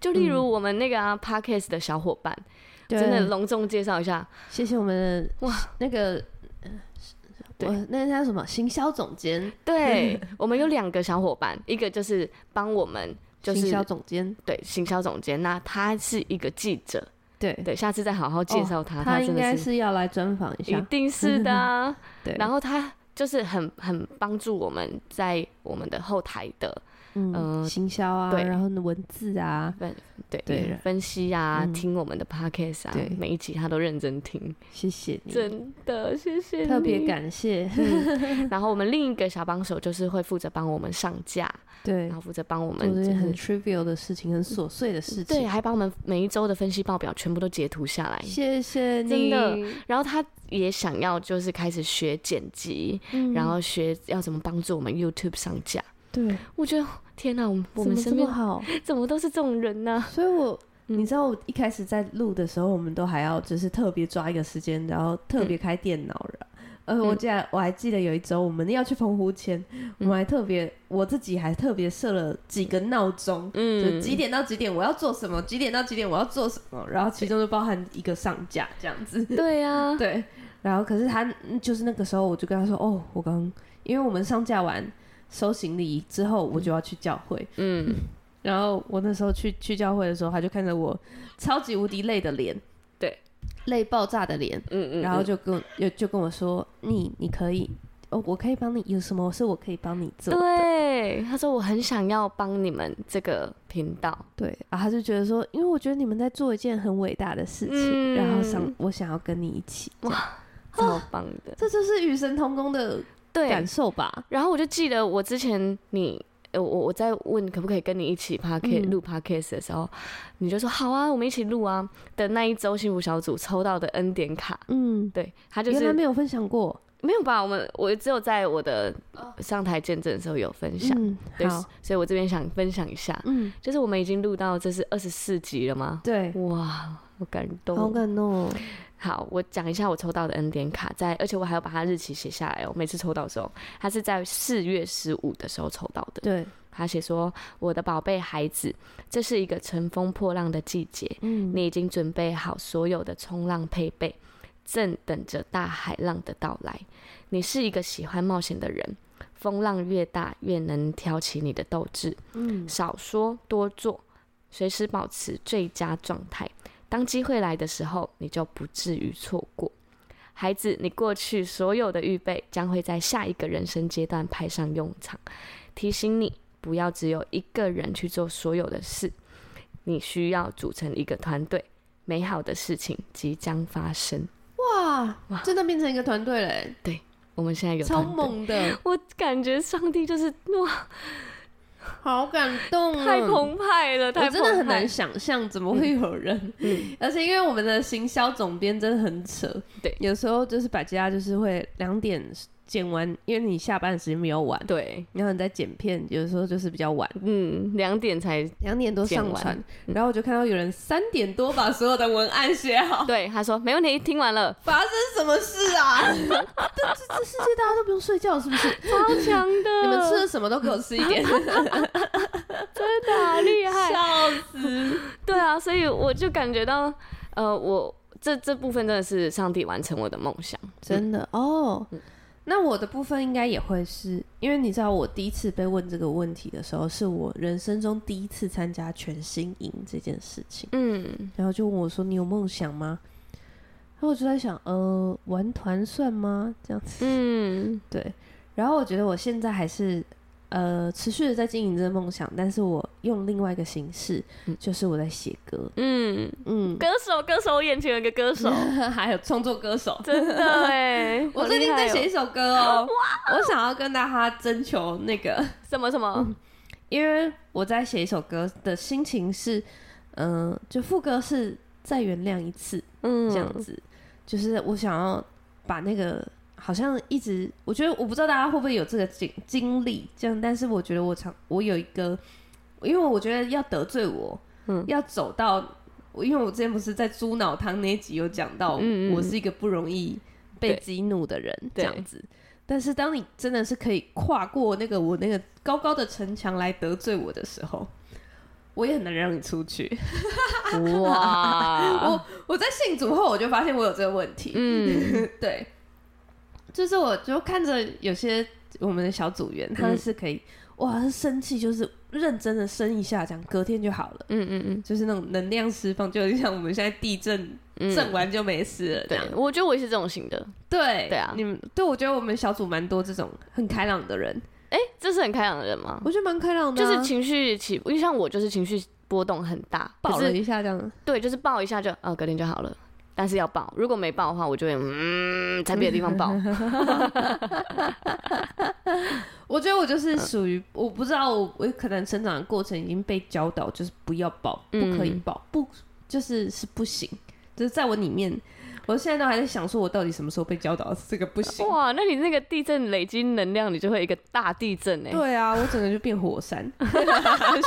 Speaker 2: 就例如我们那个啊 p a r k a s 的小伙伴，
Speaker 3: 对
Speaker 2: 真的隆重介绍一下，
Speaker 3: 谢谢我们
Speaker 2: 哇
Speaker 3: 哇那个。
Speaker 2: 对
Speaker 3: 我那叫什么？行销总监，
Speaker 2: 对我们有两个小伙伴，一个就是帮我们，就是
Speaker 3: 行销总监，
Speaker 2: 对行销总监，那他是一个记者，
Speaker 3: 对哦
Speaker 2: 对，下次再好好介绍他，
Speaker 3: 他
Speaker 2: 真
Speaker 3: 应该
Speaker 2: 的是
Speaker 3: 是要来专访一
Speaker 2: 一
Speaker 3: 下。
Speaker 2: 定是的啊、
Speaker 3: 对，
Speaker 2: 然后他就是很很帮助我们在我们的后台的
Speaker 3: 嗯，
Speaker 2: 呃
Speaker 3: 行销啊，
Speaker 2: 对
Speaker 3: 然后呢文字啊，
Speaker 2: 对
Speaker 3: 对
Speaker 2: 分析啊，
Speaker 3: 嗯
Speaker 2: 听我们的 podcast 啊
Speaker 3: 对，
Speaker 2: 每一集他都认真听，
Speaker 3: 谢谢你，
Speaker 2: 真的谢谢你
Speaker 3: 特别。感谢。
Speaker 2: 然后我们另一个小帮手就是会负责帮我们上架，
Speaker 3: 对
Speaker 2: 然，后负责帮我
Speaker 3: 做
Speaker 2: 们
Speaker 3: 这
Speaker 2: 就
Speaker 3: 些很
Speaker 2: 是
Speaker 3: trivial 的事情，很琐碎的事
Speaker 2: 对，啊
Speaker 3: 情。
Speaker 2: 还把我们每一周的分析报表全部都截图下来。
Speaker 3: 谢谢
Speaker 2: 真
Speaker 3: 你。
Speaker 2: 的然后他也想要就是开始学剪辑，
Speaker 3: 嗯
Speaker 2: 然后学要怎么帮助我们 YouTube 上架。
Speaker 3: 对，
Speaker 2: 我觉得天哪，我们我们
Speaker 3: 怎
Speaker 2: 身
Speaker 3: 么这
Speaker 2: 边
Speaker 3: 么 好，
Speaker 2: 怎么都是这种人呢、
Speaker 3: 所以我。
Speaker 2: 嗯
Speaker 3: 你知道我一开始在录的时候，我们都还要就是特别抓一个时间，然后特别开电脑了。
Speaker 2: 嗯
Speaker 3: 呃，我记得我还记得有一周我们要去澎湖前，我们还特别我自己还特别设了几个闹钟，就
Speaker 2: 嗯，
Speaker 3: 几点到几点我要做什么，几点到几点我要做什么，然后其中就包含一个上架这样子。
Speaker 2: 对 啊，
Speaker 3: 对，然后可是他嗯就是那个时候我就跟他说，哦，我刚因为我们上架完收行李之后，我就要去教会。
Speaker 2: 嗯，
Speaker 3: 然后我那时候去去教会的时候，他就看着我超级无敌累的脸，
Speaker 2: 对，
Speaker 3: 累爆炸的脸，
Speaker 2: 嗯嗯，
Speaker 3: 然后就跟我就就跟我说，你你可以，哦，我可以帮你，有什么是我可以帮你做的
Speaker 2: 对，他说我很想要帮你们这个频道，
Speaker 3: 对啊，他就觉得说，因为我觉得你们在做一件很伟大的事情，
Speaker 2: 嗯
Speaker 3: 然后想我想要跟你一起，哇，
Speaker 2: 超棒的，
Speaker 3: 哦这就是与神同工的
Speaker 2: 对。
Speaker 3: 感受吧？
Speaker 2: 然后我就记得我之前你。呃我我在问可不可以跟你一起 p o d c a
Speaker 3: 嗯
Speaker 2: 录 podcast 的时候，你就说好啊，我们一起录啊。的那一周幸福小组抽到的恩典卡，
Speaker 3: 嗯，
Speaker 2: 对他就
Speaker 3: 原来
Speaker 2: 是
Speaker 3: 没有分享过，
Speaker 2: 没有吧？我们我只有在我的上台见证的时候有分享，
Speaker 3: 嗯，
Speaker 2: 对，
Speaker 3: 好，
Speaker 2: 所以我这边想分享一下，
Speaker 3: 嗯，
Speaker 2: 就是我们已经录到这是二十四集了吗？
Speaker 3: 对，
Speaker 2: 哇，我感
Speaker 3: 好
Speaker 2: 动。
Speaker 3: 感动哦，
Speaker 2: 好，我讲一下我抽到的恩典卡，在而且我还要把它日期写下来哦。每次抽到的时候，它是在四月十五的时候抽到的。
Speaker 3: 对，
Speaker 2: 他写说：“我的宝贝孩子，这是一个乘风破浪的季节，
Speaker 3: 嗯，
Speaker 2: 你已经准备好所有的冲浪配备，正等着大海浪的到来。你是一个喜欢冒险的人，风浪越大越能挑起你的斗志。
Speaker 3: 嗯
Speaker 2: 少说多做，随时保持最佳状态。当机会来的时候，你就不至于错过。孩子，你过去所有的预备将会在下一个人生阶段派上用场。提醒你，不要只有一个人去做所有的事，你需要组成一个团队。美好的事情即将发生。
Speaker 3: 哇，真的变成一个团队嘞，
Speaker 2: 我们现在有
Speaker 3: 超
Speaker 2: 团队，
Speaker 3: 猛的，
Speaker 2: 我感觉上帝就是哇，
Speaker 3: 好 感动哦，
Speaker 2: 太澎湃了，太
Speaker 3: 我
Speaker 2: 澎湃嗯
Speaker 3: 真的很难想象怎么会有人，而且因为我们的行销总编真的很扯，
Speaker 2: 对
Speaker 3: 有时候就是百家就是会两点剪完，因为你下班的时间比较晚，
Speaker 2: 对，
Speaker 3: 然后你在剪片，有时候就是比较晚，
Speaker 2: 嗯，两点才
Speaker 3: 两点多上
Speaker 2: 剪
Speaker 3: 传
Speaker 2: 完，嗯
Speaker 3: 然后我就看到有人三点多把所有的文案写好，
Speaker 2: 对，他说没问题，听完了，
Speaker 3: 发生什么事啊？ 这这这世界大家都不用睡觉是不 是？
Speaker 2: 超强 的，
Speaker 3: 你们吃的什么都给我吃一 点，
Speaker 2: 真的好厉 害，
Speaker 3: 笑死！
Speaker 2: 对啊，所以我就感觉到，呃，我这这部分真的是上帝完成我的梦想，
Speaker 3: 真的哦。那我的部分应该也会是，因为你知道，我第一次被问这个问题的时候，是我人生中第一次参加全新营这件事情，
Speaker 2: 嗯，
Speaker 3: 然后就问我说：“你有梦想吗？”然后我就在想，呃，玩团算吗？这样子，
Speaker 2: 嗯
Speaker 3: 对。然后我觉得我现在还是呃持续的在经营这个梦想，但是我用另外一个形式，就是我在写歌，
Speaker 2: 嗯，
Speaker 3: 嗯，
Speaker 2: 歌手歌手，我眼前有一个歌 手，
Speaker 3: 还有创作歌手，
Speaker 2: 真的哎，
Speaker 3: 我
Speaker 2: 好
Speaker 3: 最
Speaker 2: 厉
Speaker 3: 近
Speaker 2: 害
Speaker 3: 在
Speaker 2: 哦
Speaker 3: 写一首歌哦，我想要跟大家征求那个，
Speaker 2: 什么什么，
Speaker 3: 因为我在写一首歌的心情是，嗯、就副歌是再原谅一次
Speaker 2: 嗯，
Speaker 3: 这样子，就是我想要把那个好像一直，我觉得我不知道大家会不会有这个经经历，这样，但是我觉得我常我有一个，因为我觉得要得罪我，
Speaker 2: 嗯
Speaker 3: 要走到我，因为我之前不是在猪脑汤那一集有讲到，
Speaker 2: 嗯嗯嗯
Speaker 3: 我是一个不容易被
Speaker 2: 对
Speaker 3: 激怒的人，这
Speaker 2: 对
Speaker 3: 样子。但是当你真的是可以跨过那个我那个高高的城墙来得罪我的时候，我也很难让你出去。
Speaker 2: 哇，
Speaker 3: 我在信主后，我就发现我有这个问题。
Speaker 2: 嗯
Speaker 3: 对，就是我就看着有些我们的小组员，他
Speaker 2: 嗯
Speaker 3: 们是可以、哇，他生气就是认真的生一下，这样隔天就好了，
Speaker 2: 嗯嗯嗯
Speaker 3: 就是那种能量释放，就有点像我们现在地震
Speaker 2: 嗯，
Speaker 3: 震完就没事了这样。
Speaker 2: 对，我觉得我也是这种型的，
Speaker 3: 对
Speaker 2: 对啊
Speaker 3: 你们对我觉得我们小组蛮多这种很开朗的人，
Speaker 2: 哎，这是很开朗的人吗？
Speaker 3: 我觉得蛮开朗的
Speaker 2: 哦就
Speaker 3: 啊、
Speaker 2: 是情绪起伏，因为像我就是情绪波动很大，
Speaker 3: 抱
Speaker 2: 可
Speaker 3: 了
Speaker 2: 是
Speaker 3: 一下这样，
Speaker 2: 对，就是抱一下就哦，隔天就好了。但是要抱，如果没抱的话，我就会嗯，在别的地方 抱。
Speaker 3: 我觉得我
Speaker 2: 嗯
Speaker 3: 就是属于、我不知道我我可能成长的过程已经被教导，就是不要抱，不可以
Speaker 2: 嗯
Speaker 3: 抱，不就是是不行，就是在我里面，我现在都还在想说，我到底什么时候被教导这个不行？
Speaker 2: 哇，那你那个地震累积能量，你就会有一个大地震哎、
Speaker 3: 对啊，我整个就变火 山，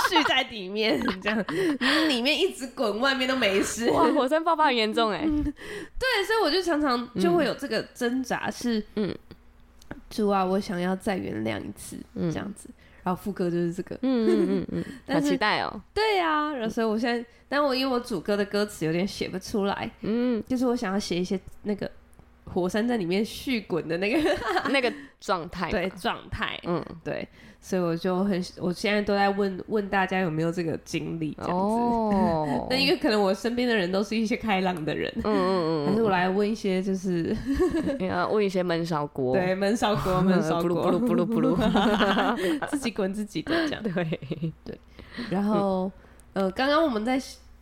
Speaker 3: 蓄在里面，这样嗯里面一直滚，外面都没事。
Speaker 2: 哇，火山爆发很严 重哎、
Speaker 3: 对，所以我就常常就会有这个挣扎，是嗯
Speaker 2: 嗯，
Speaker 3: 主啊，我想要再原谅一次，
Speaker 2: 嗯
Speaker 3: 这样子。然后副歌就是这个，
Speaker 2: 嗯嗯嗯嗯，好
Speaker 3: 但是
Speaker 2: 期待哦、
Speaker 3: 对呀、然后所以我现在，但我因为我主歌的歌词有点写不出来，
Speaker 2: 嗯，
Speaker 3: 就是我想要写一些那个火山在里面续滚的那个
Speaker 2: 那个状 态，
Speaker 3: 对，状态，
Speaker 2: 嗯，
Speaker 3: 对，所以我就很，我现在都在问问大家有没有这个经历这样子。
Speaker 2: 哦，
Speaker 3: 那、因为可能我身边的人都是一些开朗的人，
Speaker 2: 嗯嗯
Speaker 3: 还是我来问一些就是
Speaker 2: 嗯，你要问一些闷烧锅，呃
Speaker 3: 对闷烧锅闷烧
Speaker 2: 咕噜咕
Speaker 3: 锅
Speaker 2: 噜咕噜咕 噜，
Speaker 3: 自己滚自己的这 样。
Speaker 2: 对，
Speaker 3: 然后呃，刚刚我们在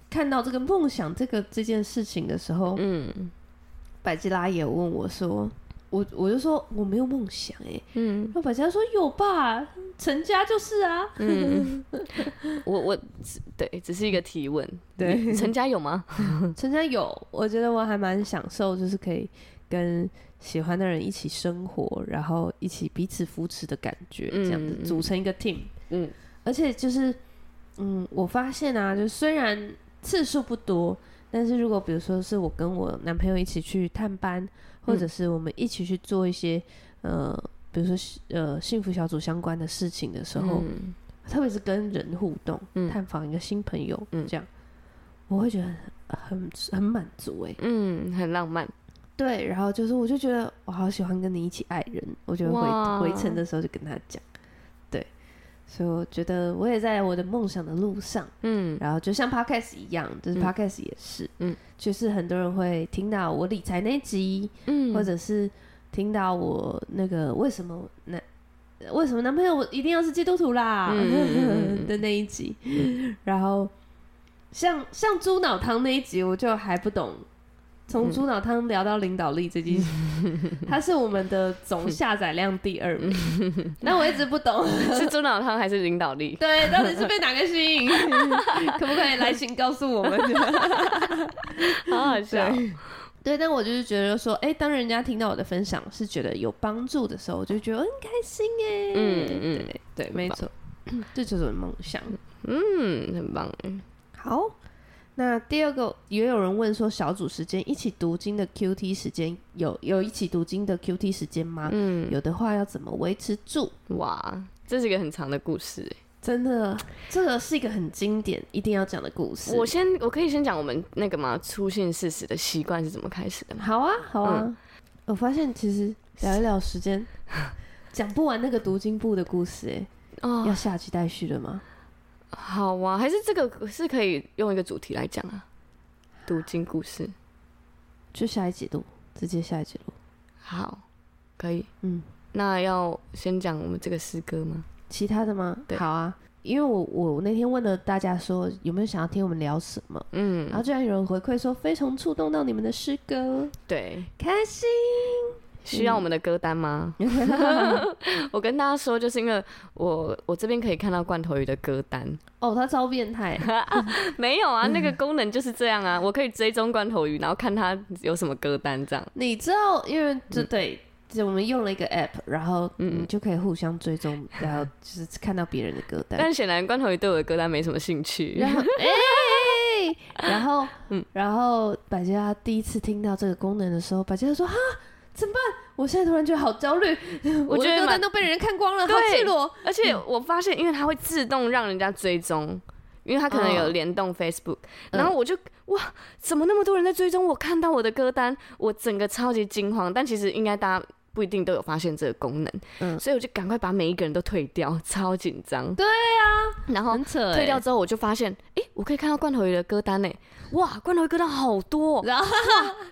Speaker 3: 看到这个梦想这个这件事情的时候，
Speaker 2: 嗯
Speaker 3: 百吉拉也问我说，我我就说我没有梦想哎、欸，
Speaker 2: 嗯
Speaker 3: 然后百吉拉说有吧，成家就是啊，
Speaker 2: 嗯，我我只对，只是一个提问，
Speaker 3: 对
Speaker 2: 你成家有吗？
Speaker 3: 成家有，我觉得我还蛮享受，就是可以跟喜欢的人一起生活，然后一起彼此扶持的感觉，这样子
Speaker 2: 嗯嗯嗯
Speaker 3: 组成一个 team。
Speaker 2: 嗯，
Speaker 3: 而且就是，嗯，我发现啊，就虽然次数不多，但是如果比如说是我跟我男朋友一起去探班，或
Speaker 2: 嗯
Speaker 3: 者是我们一起去做一些、呃，比如说是呃幸福小组相关的事情的时候，
Speaker 2: 嗯
Speaker 3: 特别是跟人互动，
Speaker 2: 嗯
Speaker 3: 探访一个新朋友，
Speaker 2: 嗯
Speaker 3: 这样我会觉得很很满足哎、
Speaker 2: 嗯，很浪漫，
Speaker 3: 对，然后就是我就觉得我好喜欢跟你一起爱人，我就
Speaker 2: 哇
Speaker 3: 回回程的时候就跟他讲，对，所以我觉得我也在我的梦想的路上，
Speaker 2: 嗯
Speaker 3: 然后就像 podcast 一样，就是
Speaker 2: 嗯
Speaker 3: podcast 也是，
Speaker 2: 嗯，
Speaker 3: 就是很多人会听到我理财那一集，
Speaker 2: 嗯，
Speaker 3: 或者是听到我那个为什么男为什么男朋友一定要是基督徒啦、
Speaker 2: 嗯嗯嗯嗯
Speaker 3: 的那一集，然后像像猪脑汤那一集，我就还不懂。
Speaker 2: 嗯
Speaker 3: 从猪脑汤聊到领导力这 件事，它是我们的总下载量第二名。 那我一直不懂，
Speaker 2: 是猪脑汤还是领导力？
Speaker 3: 对，到底是被哪个吸引？ 可不可以来信告诉我们？
Speaker 2: 好好笑，
Speaker 3: 对，但我就是觉得说，哎、当人家听到我的分享是觉得有帮助的时候，我就觉得很开心哎、
Speaker 2: 嗯嗯
Speaker 3: 对对，没错， 这就是我的梦想。
Speaker 2: 嗯，很棒，
Speaker 3: 好，那第二个也有人问说，小组时间一起读经的 QT 时间有有一起读经的 QT 时间吗？
Speaker 2: 嗯，
Speaker 3: 有的话要怎么维持住？
Speaker 2: 哇，这是一个很长的故事欸。
Speaker 3: 真的，这个是一个很经典，一定要讲的故事。
Speaker 2: 我先，我可以先讲我们那个嘛，出现事实的习惯是怎么开始的吗？
Speaker 3: 好啊，好啊。
Speaker 2: 嗯
Speaker 3: 我发现其实聊一聊时 间，讲不完那个读经部的故事、哎、要
Speaker 2: 哦，
Speaker 3: 下集待续了吗？
Speaker 2: 好啊，还是这个是可以用一个主题来讲啊，读经故事。
Speaker 3: 就下一集录，直接下一集录。
Speaker 2: 好，可以。
Speaker 3: 嗯，
Speaker 2: 那要先讲我们这个诗歌吗？
Speaker 3: 其他的吗？
Speaker 2: 对
Speaker 3: 好啊。因为我我那天问了大家说有没有想要听我们聊什么，
Speaker 2: 嗯
Speaker 3: 然，后居然有人回馈说非常触动到你们的诗歌，
Speaker 2: 对，
Speaker 3: 开 心。
Speaker 2: 需要我们的歌单吗？ 我跟大家说，就是因为我我这边可以看到罐头鱼的歌单，
Speaker 3: 哦，他超变 态，
Speaker 2: 没有啊，那个功能就是这样啊， 我可以追踪罐头鱼，然后看它有什么歌单这样。
Speaker 3: 你知道，因为这对。就我们用了一个 app，然后
Speaker 2: 嗯
Speaker 3: 你就可以互相追踪，然后就是看到别人的歌单。
Speaker 2: 但显然罐头鱼对我的歌单没什么兴趣
Speaker 3: 然。后，哎、
Speaker 2: 嗯
Speaker 3: 然后，嗯然后百家第一次听到这个功能的时候，百家说：“哈，怎么办？我现在突然觉得好焦虑，我
Speaker 2: 觉得
Speaker 3: 的歌
Speaker 2: 蛮
Speaker 3: 单都被人看光了，好
Speaker 2: 对
Speaker 3: 赤裸。
Speaker 2: 而且我发现，因为它会自动让人家追踪，因为它可能有联动 Facebook，、
Speaker 3: 哦嗯
Speaker 2: 然后我就哇，怎么那么多人在追踪？我看到我的歌单，我整个超级惊慌。但其实应该大家不一定都有发现这个功能，
Speaker 3: 嗯
Speaker 2: 所以我就赶快把每一个人都退掉，超紧张。
Speaker 3: 对
Speaker 2: 啊，然后。
Speaker 3: 扯
Speaker 2: 退掉之后，我就发现，诶，我可以看到罐头鱼的歌单呢，哇，罐头鱼歌单好多、哦，
Speaker 3: 然后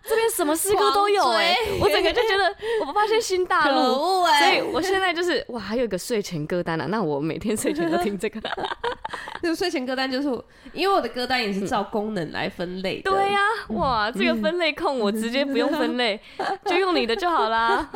Speaker 2: 这边什么诗歌都有哎、 我整个就觉 得，我发现新大陆，
Speaker 3: 恶
Speaker 2: 所以
Speaker 3: 哎、
Speaker 2: 我现在就是哇，还有一个睡前歌单啊，那我每天睡前都听这个。
Speaker 3: 那个睡前歌单就是我，因为我的歌单也是照功能来分类的。
Speaker 2: 嗯对呀、哇，这个分类控我直接不用分 类，就用你的就好啦。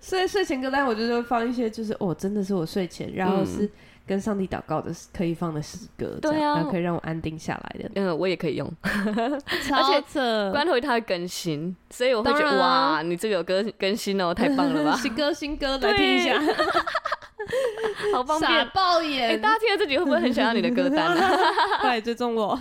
Speaker 3: 所以睡前歌单我就是会放一些，就是哦，真的是我睡前，然后是跟上帝祷告的可以放的诗歌，这样
Speaker 2: 嗯对啊
Speaker 3: 然后可以让我安定下来的。
Speaker 2: 嗯，我也可以用，
Speaker 3: 而且
Speaker 2: 超关头它会更新，所以我会觉
Speaker 3: 当
Speaker 2: 得
Speaker 3: 然啊
Speaker 2: 哇，你这个有更更新哦，太棒了 吧，
Speaker 3: 新歌新歌来
Speaker 2: 对
Speaker 3: 听一下，
Speaker 2: 好方
Speaker 3: 傻
Speaker 2: 便。
Speaker 3: 爆
Speaker 2: 哎、
Speaker 3: 眼。
Speaker 2: 大家听了这集会不会很想要你的歌单啊？
Speaker 3: 快来追踪我。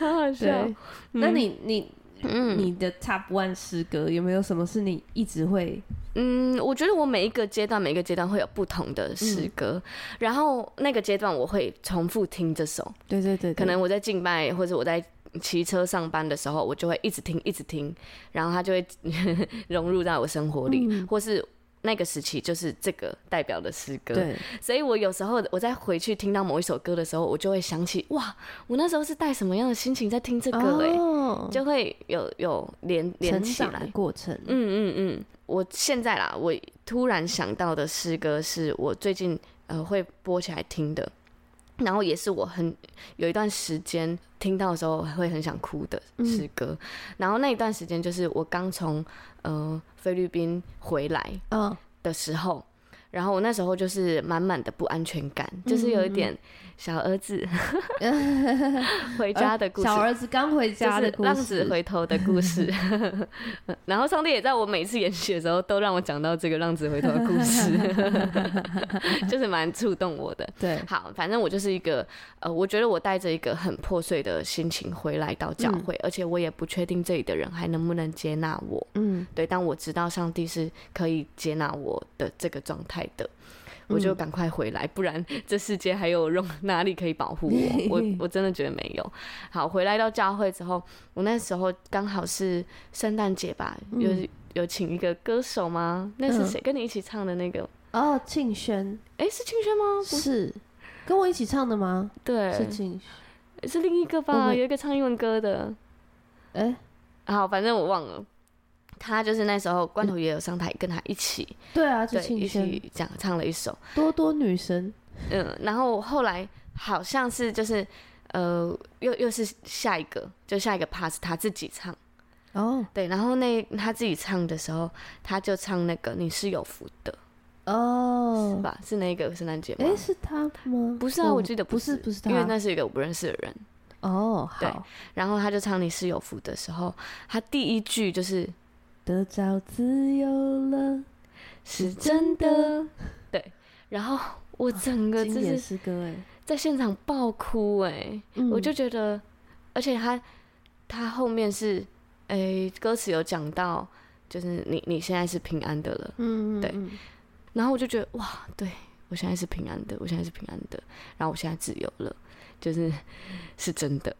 Speaker 2: 好好笑。
Speaker 3: 对，那你你
Speaker 2: 嗯
Speaker 3: 你的 Top One 诗歌有没有什么是你一直会？
Speaker 2: 嗯，我觉得我每一个阶段每一个阶段会有不同的诗
Speaker 3: 嗯
Speaker 2: 歌，然后那个阶段我会重复听这首，
Speaker 3: 对对对
Speaker 2: 可能我在敬拜或者我在骑车上班的时候，我就会一直听，一直听，然后它就会 融入在我生活里，
Speaker 3: 嗯
Speaker 2: 或是那个时期就是这个代表的诗歌。
Speaker 3: 对，
Speaker 2: 所以我有时候我再回去听到某一首歌的时候，我就会想起，哇，我那时候是带什么样的心情在听这个、欸？
Speaker 3: 哦
Speaker 2: 就会有有连连
Speaker 3: 成
Speaker 2: 起
Speaker 3: 长欸
Speaker 2: 来
Speaker 3: 的。过程，
Speaker 2: 嗯嗯嗯，我现在啦，我突然想到的诗歌是我最近呃会播起来听的，然后也是我很有一段时间听到的时候会很想哭的诗歌。然后那一段时间就是我刚从呃菲律宾回来
Speaker 3: 嗯
Speaker 2: 的时候，然后我那时候就是满满的不安全感，就是有一点小儿子 回家的故事，
Speaker 3: 呃小儿子刚回家的
Speaker 2: 就是
Speaker 3: 故
Speaker 2: 浪
Speaker 3: 事
Speaker 2: 子，回头的 故事。 然后上帝也在我每次演戏的时候，都让我讲到这个浪子回头的故事， 就是蛮触动我的。
Speaker 3: 对，
Speaker 2: 好，反正我就是一个呃，我觉得我带着一个很破碎的心情回来到教会，而且我也不确定这里的人还能不能接纳我。
Speaker 3: 嗯，
Speaker 2: 对，但我知道上帝是可以接纳我的这个状态的，我
Speaker 3: 嗯
Speaker 2: 就赶快回来，不然 这世界还有容哪里可以保护我？ 我我真的觉得没有。好，回来到教会之后，我那时候刚好是圣诞节吧，有有请一个歌手吗？那是
Speaker 3: 嗯
Speaker 2: 谁跟你一起唱的那个？
Speaker 3: 哦，庆轩
Speaker 2: 哎、是清轩
Speaker 3: 嗯
Speaker 2: 吗？不
Speaker 3: 是跟我一起唱的吗？
Speaker 2: 对，
Speaker 3: 是庆，
Speaker 2: 是另一个
Speaker 3: 我
Speaker 2: 吧？
Speaker 3: 们
Speaker 2: 有一个唱英文歌的，
Speaker 3: 哎，
Speaker 2: 好，反正我忘了。他就是那时候罐头也有上台跟他一起，
Speaker 3: 对啊，是
Speaker 2: 对，
Speaker 3: 庆
Speaker 2: 一
Speaker 3: 轩，
Speaker 2: 起讲唱了一首，
Speaker 3: 多多女神，
Speaker 2: 嗯，然后后来好像是就是呃，又又是下一个，就下一个 part 是他自己唱，
Speaker 3: 哦
Speaker 2: 对，然后那他自己唱的时候，他就唱那个你是有福的，是
Speaker 3: 哦，
Speaker 2: 吧？是那个圣诞节吗？
Speaker 3: 哎，是他吗？哦
Speaker 2: 不是啊，我记得
Speaker 3: 不
Speaker 2: 是，
Speaker 3: 不是他，
Speaker 2: 因为那是一个我不认识的人。
Speaker 3: 哦，
Speaker 2: 对
Speaker 3: 好，
Speaker 2: 然后他就唱你是有福的时候，他第一句就是
Speaker 3: 得到自由了，
Speaker 2: 是真的，对，然后我整个
Speaker 3: 经
Speaker 2: 就
Speaker 3: 典
Speaker 2: 是
Speaker 3: 诗歌哎，
Speaker 2: 在现场爆哭哎、
Speaker 3: 嗯
Speaker 2: 我就觉得，而且他他后面是，诶、歌词有讲到，就是你你现在是平安的了，
Speaker 3: 嗯嗯
Speaker 2: 对
Speaker 3: 嗯
Speaker 2: 然后我就觉得哇，对我现在是平安的，我现在是平安的，然后我现在自由了，就是是真的，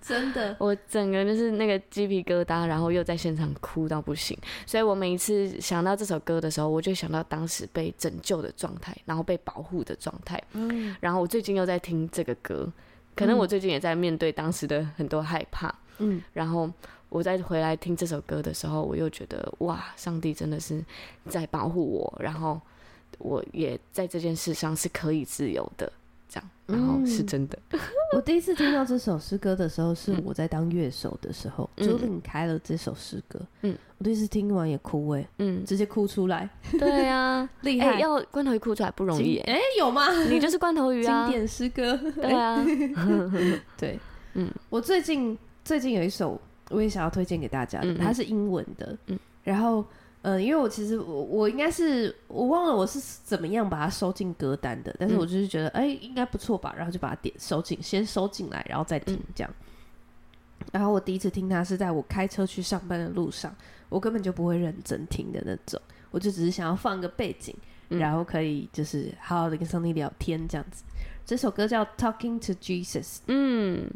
Speaker 3: 真的，
Speaker 2: 我整个就是那个鸡皮疙瘩，然后又在现场哭到不行，所以我每一次想到这首歌的时候，我就想到当时被拯救的状态，然后被保护的状态，
Speaker 3: 嗯
Speaker 2: 然后我最近又在听这个歌，可能我最近也在面对当时的很多害怕。
Speaker 3: 嗯，
Speaker 2: 然后我再回来听这首歌的时候，我又觉得哇，上帝真的是在保护我，然后我也在这件事上是可以自由的，这样，然后是
Speaker 3: 嗯
Speaker 2: 真的，
Speaker 3: 我第一次听到这首诗歌的时候，是我在当乐手的时候，
Speaker 2: 嗯
Speaker 3: 朱令开了这首诗歌，
Speaker 2: 嗯，
Speaker 3: 我第一次听完也哭哎、
Speaker 2: 嗯，
Speaker 3: 直接哭出来，
Speaker 2: 对啊，
Speaker 3: 厉
Speaker 2: 哎、
Speaker 3: 害，
Speaker 2: 要罐头鱼哭出来不容易、
Speaker 3: 经
Speaker 2: 耶
Speaker 3: 哎、有吗？
Speaker 2: 你就是罐头鱼
Speaker 3: 经
Speaker 2: 啊，
Speaker 3: 典哎诗歌，
Speaker 2: 对啊，
Speaker 3: 对，
Speaker 2: 嗯，
Speaker 3: 我最近最近有一首我也想要推荐给大家的，
Speaker 2: 嗯嗯
Speaker 3: 它是英文的，
Speaker 2: 嗯
Speaker 3: 然后。嗯，因为我其实我我应该是我忘了我是怎么样把它收进歌单的，但是
Speaker 2: 嗯
Speaker 3: 我就是觉得哎、应该不错吧，然后就把它点收进，先收进来，然后再
Speaker 2: 嗯
Speaker 3: 听这样。然后我第一次听它是在我开车去上班的路上，我根本就不会认真听的那种，我就只是想要放个背景，
Speaker 2: 嗯
Speaker 3: 然后可以就是好好的跟上帝聊天这样子。这首歌叫《Talking to Jesus》，
Speaker 2: 嗯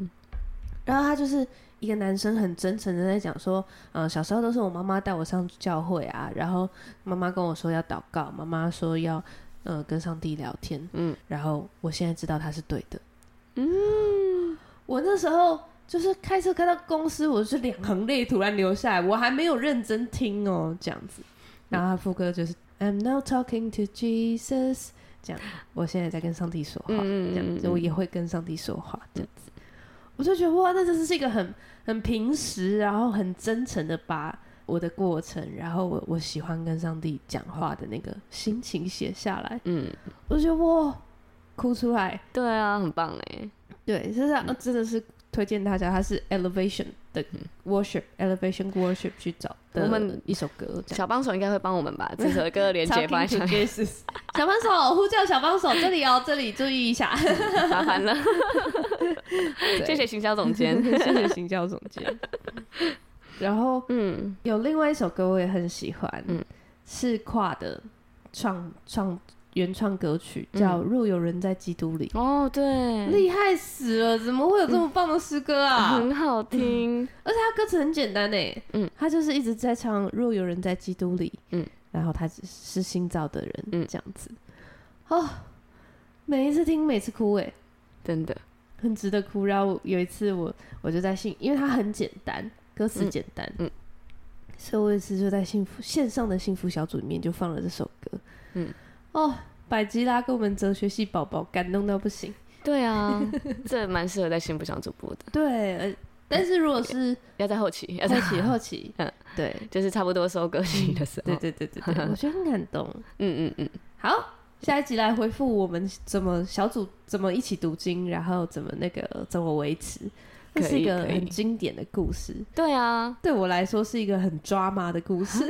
Speaker 3: 然后他就是一个男生，很真诚的在讲说，嗯、小时候都是我妈妈带我上教会啊，然后妈妈跟我说要祷告，妈妈说要呃跟上帝聊天，
Speaker 2: 嗯
Speaker 3: 然后我现在知道他是对的，嗯，我那时候就是开车开到公司，我是两行泪突然流下来，我还没有认真听哦，这样
Speaker 2: 嗯
Speaker 3: 子，然后他副歌就是 I'm now talking to Jesus，这样，我现在在跟上帝说话，
Speaker 2: 嗯
Speaker 3: 这样
Speaker 2: 嗯
Speaker 3: 子，我也会跟上帝说话，这样子，我就觉得哇，那真是一个很很平时，然后很真诚的把我的过程，然后我我喜欢跟上帝讲话的那个心情写下来，
Speaker 2: 嗯，
Speaker 3: 我就觉得哇，哭出来，
Speaker 2: 对啊，很棒哎、
Speaker 3: 对，就是、啊真的是推荐大家，它是 Elevation 的 Worship、Elevation Worship 去找的
Speaker 2: 嗯我们
Speaker 3: 一首歌，这样。
Speaker 2: 小帮手应该会帮我们把这首歌的连接放在
Speaker 3: Talking
Speaker 2: 上
Speaker 3: to
Speaker 2: 面，
Speaker 3: Jesus 小帮手呼叫小帮手，这里哦，这里注意一 下。
Speaker 2: 麻烦了，谢
Speaker 3: 对
Speaker 2: 谢行销总 监，
Speaker 3: 谢谢行销总监。 然后
Speaker 2: 嗯
Speaker 3: 有另外一首歌我也很喜欢，
Speaker 2: 嗯
Speaker 3: 是跨的创创原创歌曲，叫《若有人在基督里》，
Speaker 2: 哦对，
Speaker 3: 厉害死了！怎么会有这么棒的诗歌啊？嗯
Speaker 2: 很好听，
Speaker 3: 而且他歌词很简单诶，
Speaker 2: 嗯
Speaker 3: 嗯，他就是一直在唱“若有人在基督里”，
Speaker 2: 嗯
Speaker 3: 嗯，然后他只是新造的人，
Speaker 2: 嗯
Speaker 3: 嗯，这样子，哦，每一次听每次哭诶，欸
Speaker 2: 真的，
Speaker 3: 很值得哭。然后有一次我我就在信，因为它很简单，歌词
Speaker 2: 嗯
Speaker 3: 简单，
Speaker 2: 嗯
Speaker 3: 嗯，所以我有一次就在幸福线上的幸福小组里面就放了这首歌，
Speaker 2: 嗯
Speaker 3: 嗯，哦，百吉拉跟我们哲学系宝宝感动到不 行。
Speaker 2: 对啊，这蛮适合在幸福上主播的，
Speaker 3: 对，呃但是如果是
Speaker 2: 要在后期， 要
Speaker 3: 后
Speaker 2: 在
Speaker 3: 期后期
Speaker 2: 嗯，
Speaker 3: 对，哦
Speaker 2: 就是差不多收歌曲的时候，
Speaker 3: 对对对对对，我觉得很感动。
Speaker 2: 嗯嗯嗯，
Speaker 3: 好，下一集来回复我们怎么小组怎么一起读经，然后怎么那个怎么维持。这
Speaker 2: 可以
Speaker 3: 是一个
Speaker 2: 可以
Speaker 3: 很经典的故事，
Speaker 2: 对啊，
Speaker 3: 对我来说是一个很抓马的故 事。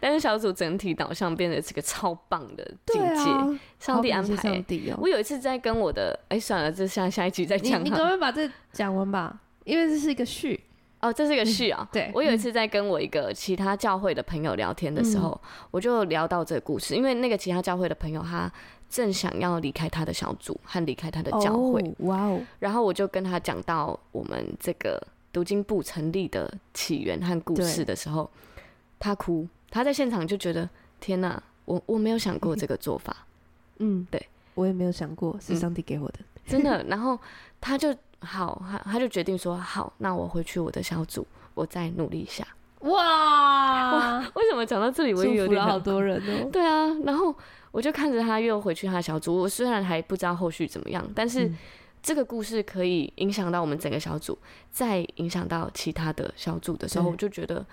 Speaker 2: 但是小组整体导向变得是个超棒的境
Speaker 3: 对
Speaker 2: 界，
Speaker 3: 啊，
Speaker 2: 上帝
Speaker 3: 好
Speaker 2: 安
Speaker 3: 感谢
Speaker 2: 排欸、
Speaker 3: 上帝哦
Speaker 2: 我。有一次在跟我的，哎、算了，这下下一集再
Speaker 3: 你
Speaker 2: 讲
Speaker 3: 你
Speaker 2: 好
Speaker 3: 赶
Speaker 2: 了。
Speaker 3: 快把这讲完吧，因为这是一个序。
Speaker 2: 哦，这是个序啊。
Speaker 3: 嗯对
Speaker 2: 我有一次在跟我一个其他教会的朋友聊天的时候，
Speaker 3: 嗯
Speaker 2: 我就聊到这个故事，因为那个其他教会的朋友他正想要离开他的小组和离开他的教会，
Speaker 3: 哦，哇哦，
Speaker 2: 然后我就跟他讲到我们这个读经部成立的起源和故事
Speaker 3: 对
Speaker 2: 的时候，他哭，他在现场就觉得天哪、我我没有想过这个做 法，
Speaker 3: 嗯，
Speaker 2: 对，
Speaker 3: 我也没有想过是
Speaker 2: 嗯
Speaker 3: 上帝给我的。
Speaker 2: 真的。然后他就好，他他就决定说好，那我回去我的小组，我再努力一下。
Speaker 3: 哇，
Speaker 2: 为什么讲到这 里，我也
Speaker 3: 祝
Speaker 2: 有
Speaker 3: 福
Speaker 2: 点
Speaker 3: 了好
Speaker 2: 很
Speaker 3: 多人哦。
Speaker 2: 对啊，然后我就看着他又回去他的小组，我虽然还不知道后续怎么样，但是
Speaker 3: 嗯
Speaker 2: 这个故事可以影响到我们整个小组，再影响到其他的小组的时候，
Speaker 3: 对
Speaker 2: 我就觉得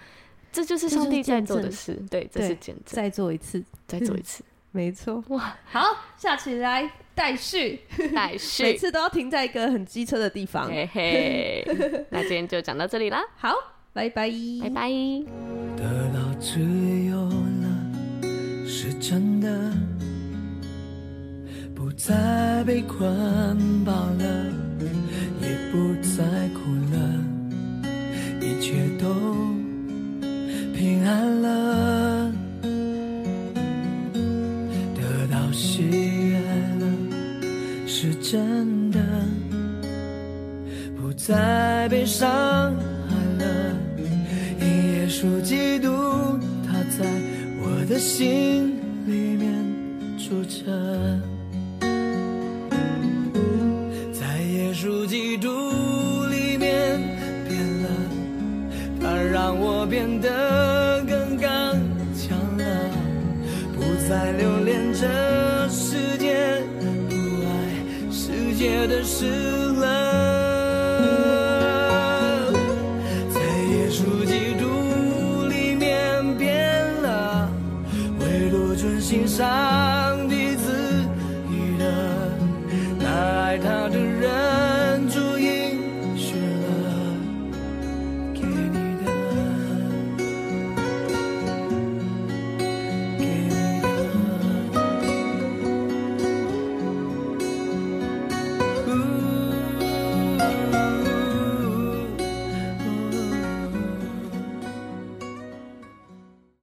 Speaker 2: 这就是
Speaker 3: 这就
Speaker 2: 上帝
Speaker 3: 是
Speaker 2: 在
Speaker 3: 见
Speaker 2: 做的
Speaker 3: 证
Speaker 2: 事，对， 这是
Speaker 3: 对
Speaker 2: 见证，
Speaker 3: 再嗯做一次，
Speaker 2: 再做一次，
Speaker 3: 没错。
Speaker 2: 哇，
Speaker 3: 好，下期来待续，
Speaker 2: 待
Speaker 3: 每
Speaker 2: 续，
Speaker 3: 次都要停在一个很机车的地方。
Speaker 2: 嘿嘿， 那今天就讲到这里啦，
Speaker 3: 好，拜拜，
Speaker 2: 拜拜。
Speaker 4: 得到自由了，是真的，不再被捆绑了，也不再哭了，一切都平安了，得到喜悦了，是真的，不再被伤害了。因耶稣基督，他在我的心里面住着，在耶稣基督里面变了，他让我变得更刚强了，不再留恋这世界，不爱世界的事